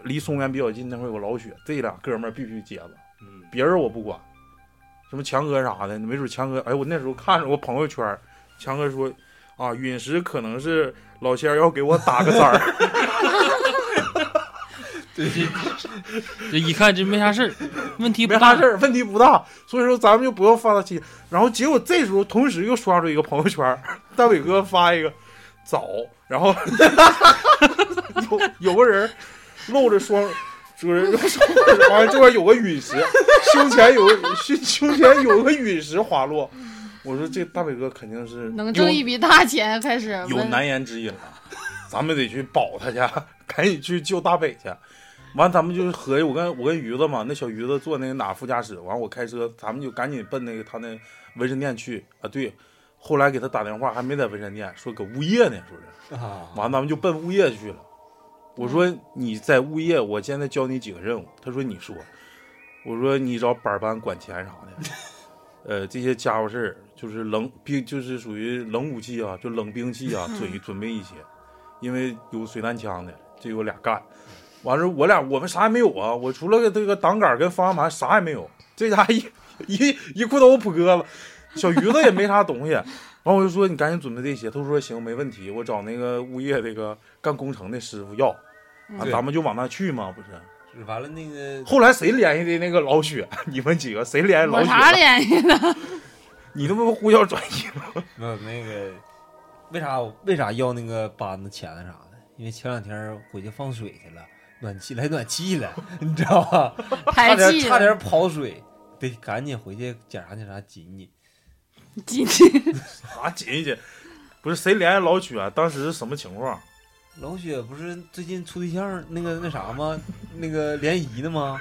离松原比较近，那块有个老雪，这俩哥们儿必须接了，
嗯
别人我不管，什么强哥啥的，没准强哥，哎，我那时候看着我朋友圈儿，强哥说啊，陨石可能是老仙儿要给我打个三儿，
这一看这没啥事儿，问题不
没
大
啥事。儿，问题不大，所以说咱们就不要发他气。然后结果这时候同时又刷出一个朋友圈儿，大伟哥发一个早，然后 [laughs] 有有个人露着双。就是好像这块有个陨石，胸前有个胸胸前有个陨石滑落。我说这大伟哥肯定是
能挣一笔大钱，开始
有难言之隐了，咱们得去保他去，赶紧去救大北去。完，咱们就合计，我跟我跟鱼子嘛，那小鱼子坐那个哪副驾驶，完我开车，咱们就赶紧奔那个他那纹身店去啊。对，后来给他打电话，还没在纹身店，说搁物业呢，说是。
啊，
[laughs] 完，咱们就奔物业去了。我说你在物业，我现在教你几个任务。他说你说，我说你找板儿班管钱啥的，呃，这些家伙事儿就是冷兵，就是属于冷武器啊，就冷兵器啊，准一准备一些，因为有水弹枪的，这有俩干。完事儿我俩我们啥也没有啊，我除了这个挡杆儿跟方向盘啥也没有。这家伙一一一裤兜泼了。小鱼子也没啥东西，完我就说你赶紧准备这些，他说行没问题，我找那个物业这个干工程的师傅要，啊
对
咱们就往那去嘛，不是？
完了那个
后来谁联系的那个老雪？ [laughs] 你们几个谁联系老
我啥
雪？
联系的？
你他妈呼叫转移吗？
没有那个，为啥我为啥要那个扳子钳子啥的？因为前两天回去放水去了，暖气来暖气了，你知道吧？差
排
点
气
差点跑水，得赶紧回去检查检查紧紧。
进去，
啥紧去？不是谁联系老雪？当时是什么情况？
老雪不是最近处对象那个那啥吗？那个联谊的吗？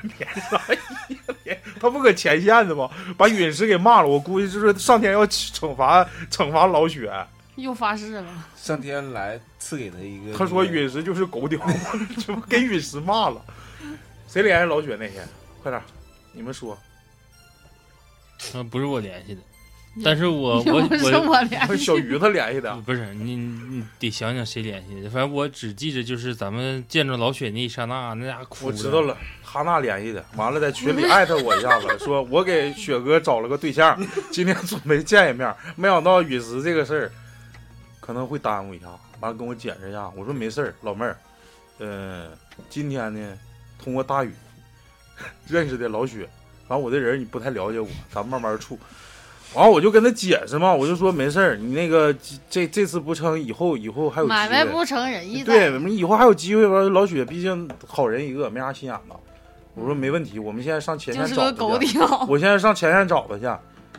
他不搁前线的吗？把陨石给骂了，我估计就是上天要惩罚惩罚老啊雪。
又发誓了。
上天来赐给他一个，
他说陨石就是狗屌， [laughs] 这不给陨石骂了。谁联系老雪那天？快点，你们说。
呃不是我联系的，但是我我
[laughs] 又不是
我
我联系，
小鱼他联系的，啊
不是你你得想想谁联系的，反正我只记着就是咱们见着老雪那一刹那，那家哭
我
的
知道，了，哈娜联系的，完了在群里艾特我一下子，说我给雪哥找了个对象，今天准备见一面，没想到陨石这个事儿可能会耽误一下，完了跟我解释一下，我说没事儿，老妹儿，嗯、今天呢通过大宇 [laughs] 认识的老雪，完我这人你不太了解我，咱们慢慢处。完我就跟他解释嘛，我就说没事儿，你那个这这次不成，以后以后还有机
买
会。
卖不成仁义
对，
在。
我们以后还有机会吧。老雪毕竟好人一个，没啥心眼子。我说没问题，我们现在上
[laughs]
前
就
线
是
找
个
他
狗
去。
屌，
我现在上前线找他去。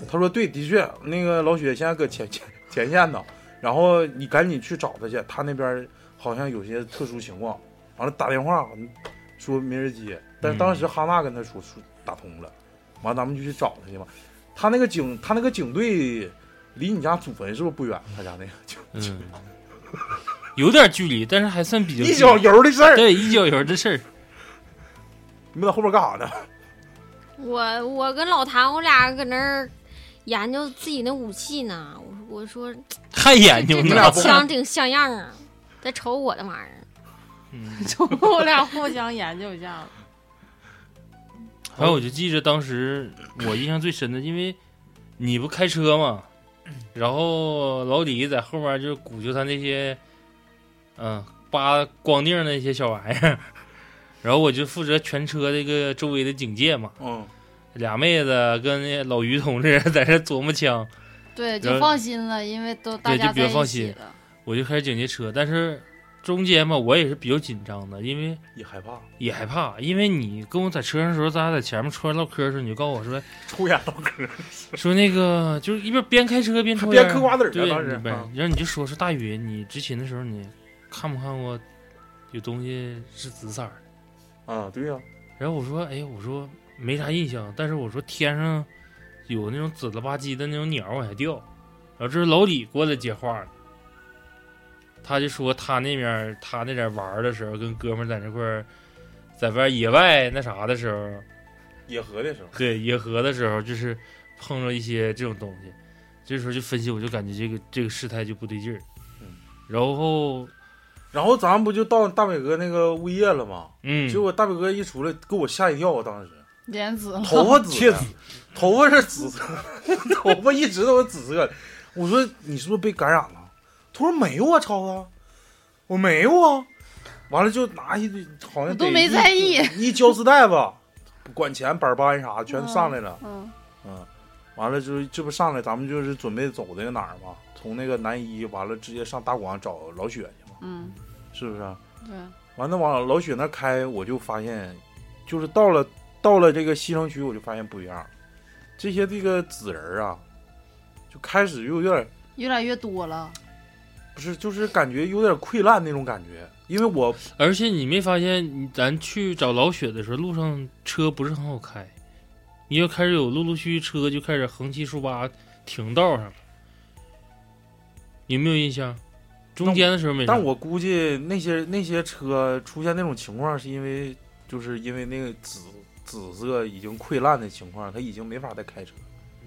他说对，的确，那个老雪现在搁前前前线呢。然后你赶紧去找他去，他那边好像有些特殊情况。完了打电话说没人接，但是当时哈娜跟他说说打通了，完了咱们就去找他去嘛。他那个警，他那个警队离你家祖坟是不是不远？他家那个就
嗯，有点距离，但是还算比较
一脚
近
油的事儿，
对一脚油的事儿，
你们在后边干啥呢？
我我跟老谭，我俩搁那儿研究自己那武器呢。我我说
太
这
研究
这
呢
俩
这
不
枪挺像样啊，再瞅我的玩意儿。
[laughs] 嗯
我俩互相研究一下子。
还有我就记着当时我印象最深的，因为你不开车嘛，然后老李在后面就鼓捣他那些，嗯、扒光腚那些小玩意儿，然后我就负责全车这个周围的警戒嘛。
嗯，
俩妹子跟那老于同志 [laughs] 在这琢磨枪，
[laughs] 对，
然
就
后
放心了，因为都大
对就
家
比较
在一
放
起
心
了。
我就开始警戒车，但是中间吧，我也是比较紧张的，因为
也害怕，
也害怕，因为你跟我在车上的时候，咱俩在前面抽烟唠嗑的时候，你就告诉我说
抽烟唠嗑，
说那个就是一边边开车边抽烟，
边嗑瓜子儿呢
对，
当时
你呗
啊
然后你就说说大宇，你执勤的时候你看没看过有东西是紫色儿的？
[laughs] 啊，对呀、
然后我说哎，我说没啥印象，但是我说天上有那种紫了吧唧的那种鸟往下掉。然后这是老李过来接话了，他就说他那边儿他那点玩儿的时候，跟哥们儿在那块儿在外野外那啥的时候，
野合的时候，
[laughs] 对野合的时候，就是碰着一些这种东西，这时候就分析，我就感觉这个这个事态就不对劲儿。
嗯，
然后
然后咱们不就到大伟哥那个物业了吗？
嗯，
结果大伟哥一出来，给我吓一跳啊！当时
莲子
[laughs]
了，
头发紫的，头发是紫色， [laughs] 头发一直都是紫色的。我说你是不是被感染了？他说没有啊，超子，我没有啊。完了就拿一堆，好像
我都
得
没
一
在意
一胶丝带吧，不管钱、板儿扳啥全上来了。
嗯，
嗯，完了就是这不上来，咱们就是准备走那个哪儿嘛，从那个南一完了直接上大广找老雪去嘛，
嗯，
是不啊是？
对，
完了往老雪那儿开，我就发现，就是到了到了这个西城区，我就发现不一样了，这些这个纸人儿啊，就开始又有点
越来越多了。
不是，就是感觉有点溃烂那种感觉，因为我
而且你没发现，你咱去找老雪的时候，路上车不是很好开，你就开始有陆陆续续车就开始横七竖八停道上了，有没有印象？中间的时候没啥，
但我估计那些那些车出现那种情况，是因为就是因为那个紫紫色已经溃烂的情况，它已经没法再开车了。
嗯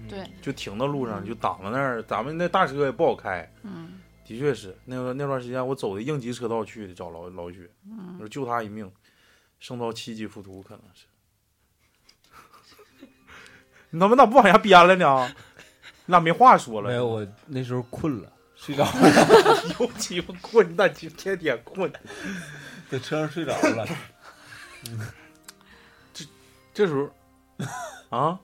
对
就停到路上，就挡在那儿。咱们那大车也不好开，
嗯
的确是那个那段时间我走的应急车道去的找老老许，我
嗯，
说救他一命，胜造七级浮屠可能是。 [laughs] 你怎么咋不往下编了呢？你咋没话说了？ [laughs]
没有，我那时候困了，睡着了，
又鸡巴困，你咋鸡巴天天困？
[laughs] 在车上睡着了。
这时候，啊，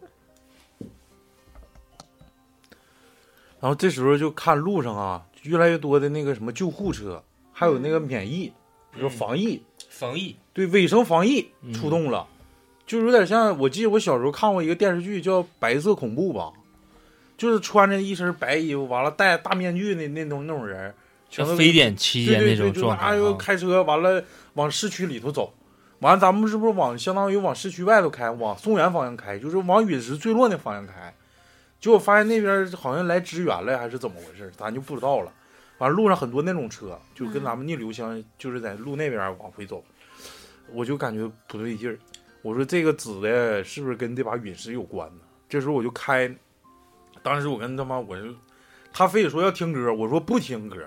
然后这时候就看路上啊，越来越多的那个什么救护车，还有那个免疫，比如说防疫，
防疫
对卫生防疫出动了，就是有点像我记得我小时候看过一个电视剧叫《白色恐怖》吧，就是穿着一身白衣服，完了戴大面具的那种那种人，全都
像非典期
对
间那
对对，哎
种
就
状
拿
态
又
啊，
开车完了往市区里头走，完了咱们是不是往相当于往市区外头开，往松原方向开，就是往陨石坠落那方向开，结果发现那边好像来支援了还是怎么回事，咱就不知道了。完了路上很多那种车，就跟咱们逆流相，就是在路那边往回走，我就感觉不对劲儿。我说这个紫的是不是跟这把陨石有关呢？这时候我就开，当时我跟他妈我就，他非得说要听歌，我说不听歌，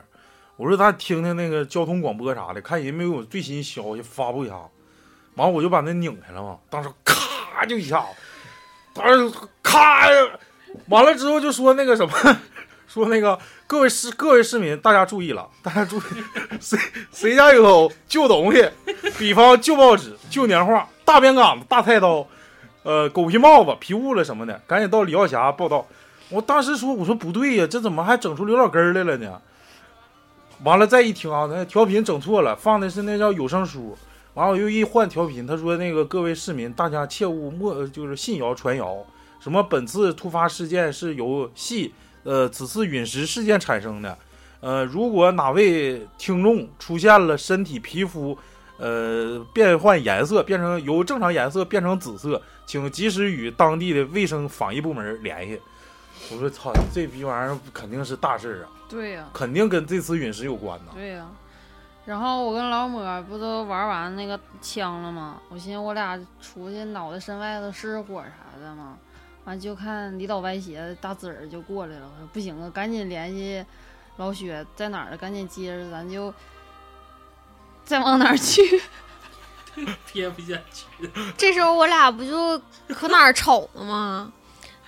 我说咱听听那个交通广播啥的，看人没有最新消息发布一下。完我就把那拧开了嘛，当时咔就一下，当时咔，完了之后就说那个什么， [laughs] 说那个各位市各位市民，大家注意了，大家注意，谁谁家有旧东西，比方旧报纸、旧年画、大鞭杆子、大菜刀，呃，狗皮帽子、皮痦子什么的，赶紧到李耀霞报道。我当时说，我说不对呀、这怎么还整出刘老根儿来了呢？完了再一听啊，那调频整错了，放的是那叫有声书。完了我又一换调频，他说那个各位市民，大家切勿莫呃就是信谣传谣，什么本次突发事件是由系呃此次陨石事件产生的。呃，如果哪位听众出现了身体皮肤呃变换颜色，变成由正常颜色变成紫色，请及时与当地的卫生防疫部门联系。我说操，这逼玩意儿肯定是大事儿啊，
对呀、
肯定跟这次陨石有关呐。
对呀、然后我跟老抹不都玩完那个枪了吗？我寻思我俩出去脑袋身外头试试火啥的嘛，完就看里倒歪斜大紫儿就过来了，我说不行啊，赶紧联系老雪在哪儿了，赶紧接着，咱就再往哪儿去。 [laughs]
憋不下去。
这时候我俩不就搁哪儿瞅呢吗？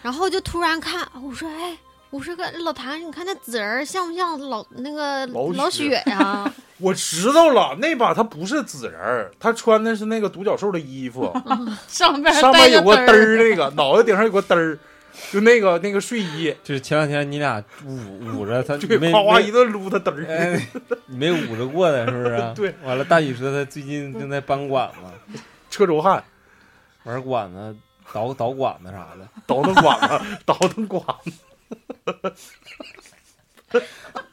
然后就突然看，我说：“哎，我说个老谭，你看那紫儿像不像老那个
老
老
雪
雪呀、
[laughs]
我知道了，那把他不是纸人儿，他穿的是那个独角兽的衣 [laughs] 服，
上边
上面有个
嘚
嘚儿，那个脑袋顶上有个嘚儿，就那个那个睡衣，
就是前两天你俩捂捂着他，
[laughs] 对，
没
夸夸
没
一顿撸他嘚儿，
哎，你没捂着过呢，是不是？
对。
完了，大宇说他最近正在搬管嘛，
车轴汗，
玩管子、倒倒管子啥的，
倒腾
[laughs]
管子，倒腾管子，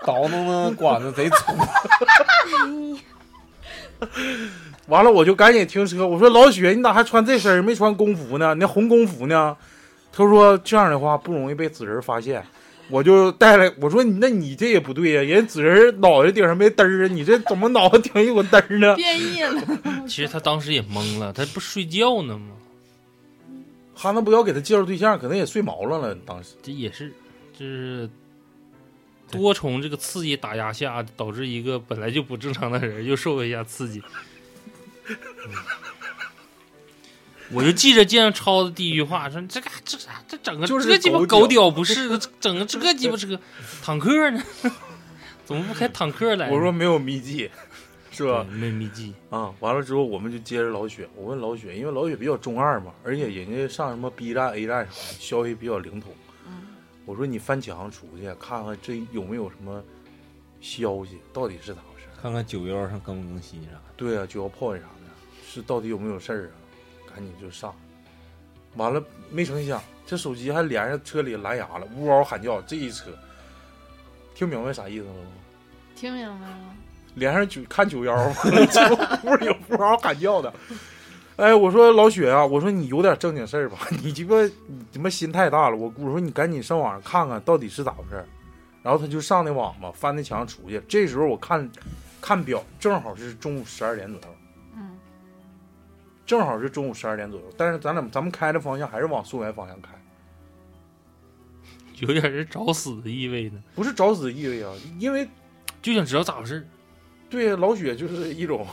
倒腾那管子贼粗。
[laughs] 完了我就赶紧停车，我说老雪，你咋还穿这身儿没穿工服呢？你那红工服呢？他说这样的话不容易被纸人儿发现。我就带来，我说那你这也不对呀、人纸人儿脑袋顶上没嘚儿啊，你这怎么脑袋顶上有个嘚儿呢？
变异了，
其实他当时也懵了，他不睡觉呢吗？
哈那不要给他介绍对象，可能也睡毛了了。当时
这也是，就是多重这个刺激打压下，导致一个本来就不正常的人又受了一下刺激。嗯、我就记着见超子第一句话说：“这个这这整个
就是
这鸡巴
狗屌
狗屌不
[laughs]
是个，整个这鸡巴这个坦克呢？怎么不开坦克来呢？”
我说没有秘籍，是
对
吧？
没秘籍，
啊，完了之后我们就接着老雪，我问老雪，因为老雪比较中二嘛，而且人家上什么 B 站、A 站啥的，消息比较灵通。我说你翻墙出去看看这有没有什么消息，到底是咋回事儿？
看看九幺上更不更新啥的，
对啊，九幺炮啥的，是到底有没有事儿啊？赶紧就上。完了，没成想这手机还连上车里蓝牙了，呜嗷喊叫，这一车，听明白啥意思了吗？
听明白了？
连上九看九幺， [laughs] 完了之后屋里呼嗷喊叫的。哎，我说老雪啊，我说你有点正经事儿吧， [laughs] 你鸡巴你他妈心太大了。我我说你赶紧上网上看看到底是咋回事儿。然后他就上那网嘛，翻那墙出去。这时候我看看表，正好是中午十二点左右，
嗯，
正好是中午十二点左右。但是咱俩咱们开的方向还是往松原方向开，
有点是找死的意味呢，
不是找死意味啊，因为
就想知道咋回事儿。
对老雪就是一种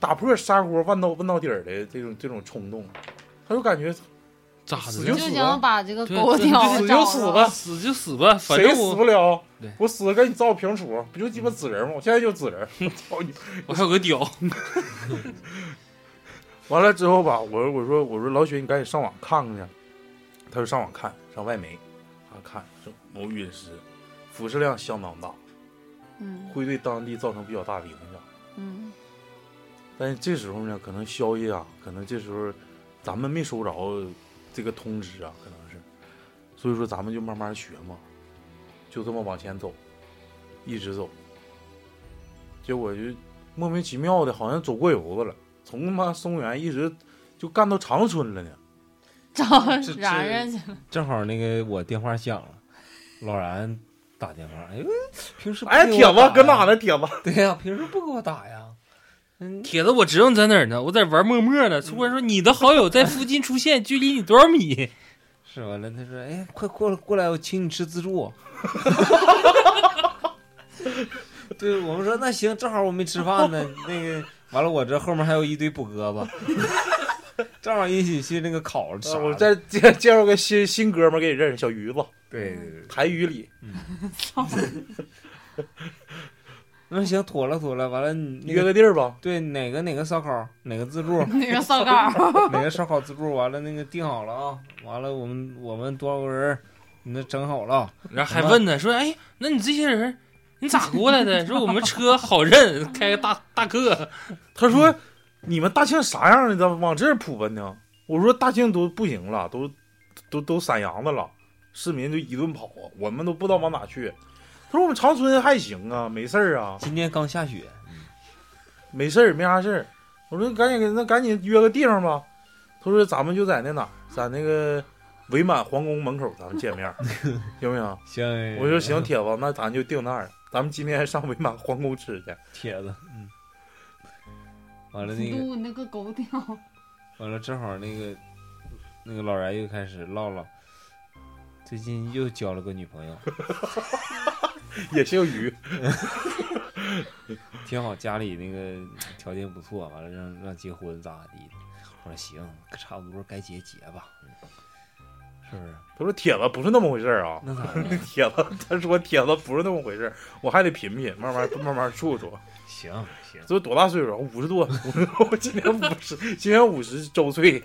打破砂锅问到问到底儿的这种这种冲动，他就感觉
咋
死
的
就
了？
死
就
了
想把这个
啊对
狗
对
叼
对啊
着
死就死吧
死就死吧，反
谁
正
死
我
不了
对？嗯
我死了跟你照平处，啊不就鸡巴纸人吗？我现在就纸人，我操你！
我还有个屌，
完了之后吧，我我说我说老雪，你赶紧上网看看去。他说上网看，上外媒，他看说某陨石辐射量相当大，
嗯
会对当地造成比较大的影响。
嗯
但是这时候呢，可能消息啊，可能这时候咱们没收着这个通知啊，可能是，所以说咱们就慢慢学嘛，就这么往前走，一直走，结果就莫名其妙的，好像走过油子了，从他妈松原一直就干到长春了呢。
找
这
然然去了，
正好那个我电话响了，老然打电话，哎呦，平时不
哎，
给我
铁子
打呀
搁哪？呢？铁子，
对呀、平时不给我打呀。嗯，
铁子，我知道你在哪儿呢，我在玩陌陌呢。突然说你的好友在附近出现，距离你多少 [laughs] 米？
是完了，他说，哎，快过来过来，我请你吃自助。 [laughs] 对我们说那行，正好我没吃饭呢。 [laughs] 那个完了，我这后面还有一堆补鸽子， [laughs] 正好一起去那个烤了吃。
啊我再介介绍个新新哥们儿给你认识，小鱼子，
对对对，
台鱼里
那行妥了妥了，完了你那
约个地儿吧。
对哪个哪个烧烤哪个自助，
那个烧稿，
哪个烧烤自助完了，那个定好了啊，完了我们我们多少个人，你那整好了，
然后还问他说：“哎，那你这些人，你咋过来 [laughs] 的？”说我们车好认，开个大大客。
他说：“你们大庆啥样的？咋往这儿扑奔呢？”我说：“大庆都不行了，都都都散洋的了，市民就一顿跑啊，我们都不知道往哪去。”他说：“我们长春还行啊，没事儿啊，
今天刚下雪，
没事儿，没啥事儿。”我说：“赶紧给那赶紧约个地方吧。”他说：“咱们就在那哪儿，在那个伪满皇宫门口，咱们见面儿，行不行
行，？”嗯
我说：“行，铁子，那咱就定那儿，咱们今天上伪满皇宫吃去。
铁子，嗯，完了那个
撸那个狗叼，
完了，正好那个那个老然又开始唠唠，最近又交了个女朋友，
也姓于，
挺好，家里那个条件不错，完了让让结婚咋咋地的，我说行，差不多该结结吧，是不是？
他说：“铁子不是那么回事儿啊。” [laughs]
那咋的？
铁子，他说铁子不是那么回事儿，我还得品品，慢慢慢慢处处。
[laughs] 行行，
这多大岁数啊？五十多， [laughs] 五十多，我今年五十，今年五十周岁。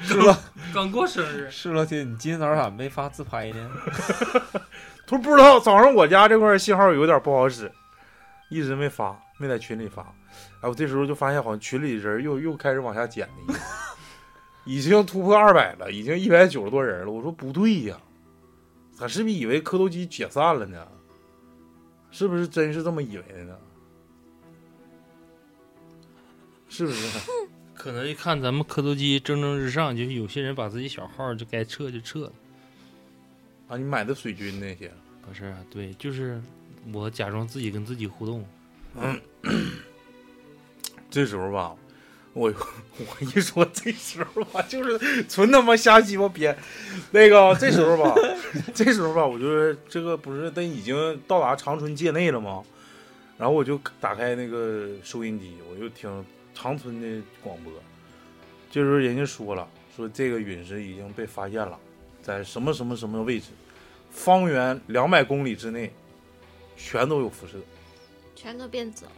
是吧？
刚过生日，
是老铁，你今天早上咋没发自拍呢？
他说不知道，早上我家这块儿信号有点不好使，一直没发，没在群里发。哎，我这时候就发现好像群里人又又开始往下减了一个，已经突破二百了，已经一百九十多人了。我说不对呀，咋是不是以为磕头机解散了呢？是不是真是这么以为的呢？是不是？
可能一看咱们磕头机蒸蒸日上，就是有些人把自己小号就该撤就撤了。
啊，你买的水军那些，
不是啊，对，就是我假装自己跟自己互动。
这时候吧，我 [laughs] 我一说这时候吧，就是纯他妈瞎鸡巴编。那个这时候吧，这时候吧，我就是这个不是，但已经到达长春界内了吗？然后我就打开那个收音机，我就听长春的广播。这时候人家说了，说这个陨石已经被发现了，在什么什么什么位置，方圆两百公里之内，全都有辐射。
全都变紫了。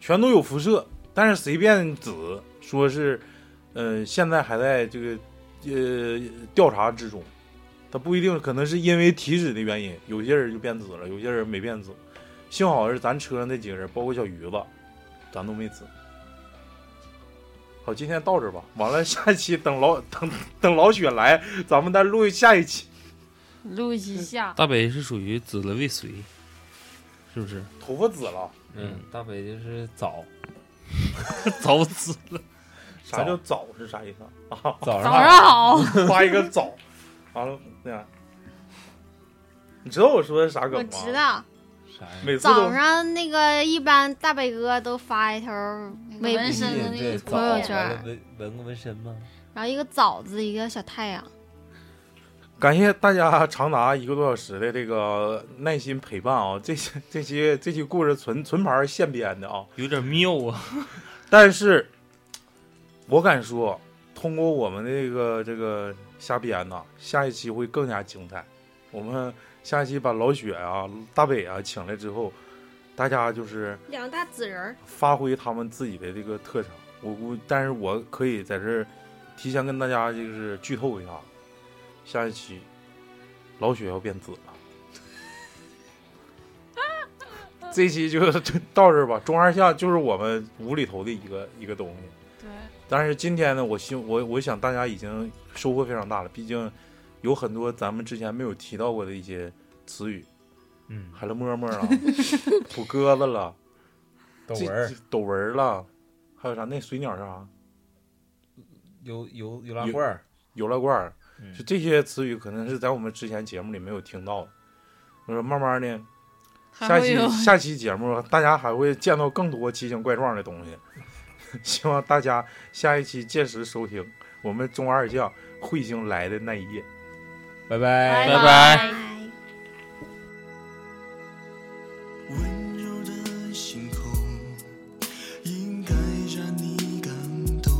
全都有辐射，但是随便指说是，呃，现在还在这个呃调查之中，它不一定，可能是因为体脂的原因，有些人就变紫了，有些人没变紫。幸好是咱车上那几个人，包括小鱼子，咱都没紫。好，今天到这儿吧。完了，下期等老 [laughs] 等等老雪来，咱们再录下一期。
撸一起下，
大北是属于紫了未遂，是不是？ [laughs]
头发紫了，
嗯，大北就是早
早死了。
啥叫早是啥意思啊？啊，
早上
早上好，
[laughs] 发一个枣，完了那样。你知道我说的啥梗吗？
我知，道，
啥呀？
每次都
早上那个一般大北哥都发一条，
那个纹
身
身的那
对
一
早
朋友圈
完了纹纹个纹身吗？
然后一个枣子，一个小太阳。
感谢大家长达一个多小时的这个耐心陪伴啊！这些这些这些故事纯纯牌儿现编的啊，
有点妙啊！
但是我敢说，通过我们的这个这个瞎编呐，下一期会更加精彩。我们下一期把老雪啊、大北啊请来之后，大家就是
两大紫人儿，
发挥他们自己的这个特长。我估，但是我可以在这儿提前跟大家就是剧透一下，下一期老雪要变紫了。这一期就就到这儿吧。中二下就是我们无厘头的一个一个东西。
对，
但是今天呢，我希我我想大家已经收获非常大了，毕竟有很多咱们之前没有提到过的一些词语，
嗯，
海了摸摸啊，土鸽子了，
斗
这
纹儿
这斗纹儿了，还有啥那水鸟是啥？
有有有拉罐儿，
游了罐儿，
嗯
就这些词语可能是在我们之前节目里没有听到的。我说慢慢呢，下
还会
期
有
下期节目大家还会见到更多奇形怪状的东西， [laughs] 希望大家下一期届时收听我们中二将彗星来的那一夜。
拜拜
哎
拜拜
拜。
温柔的星空，应该让你感动。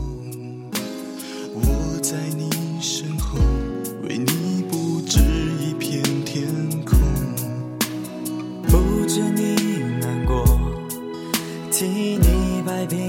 我在你身后，为你布置一片天空，不知你难过，替你摆平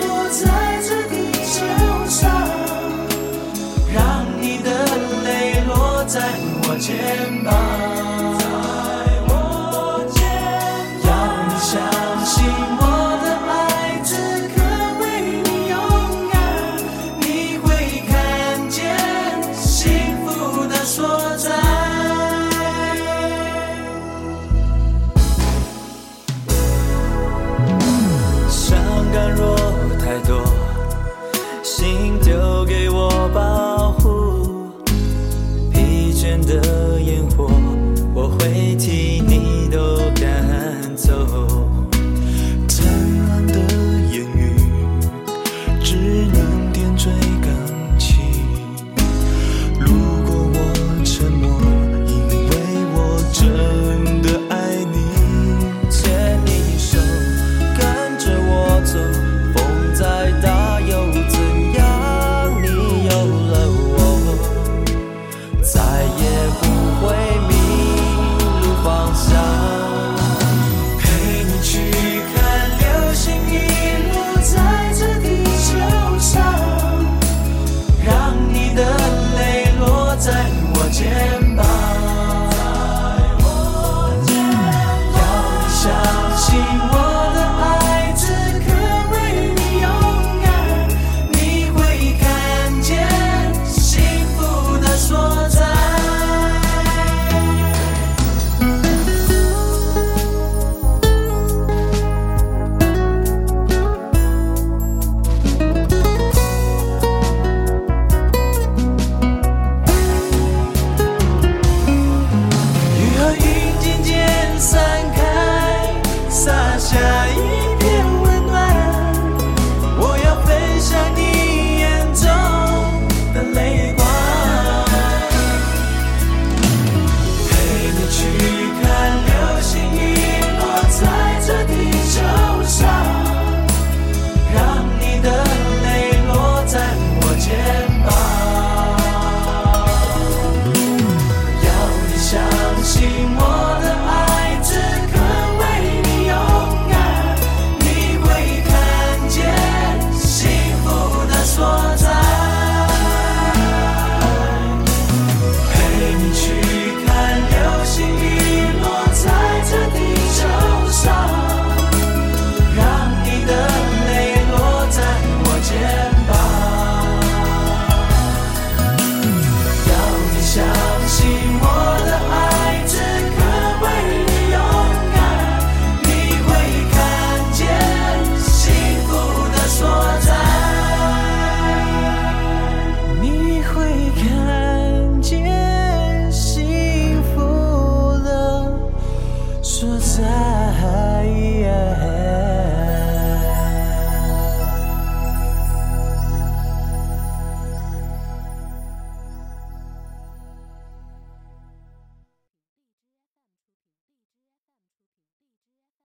落在这地球上，让你的泪落在我肩膀。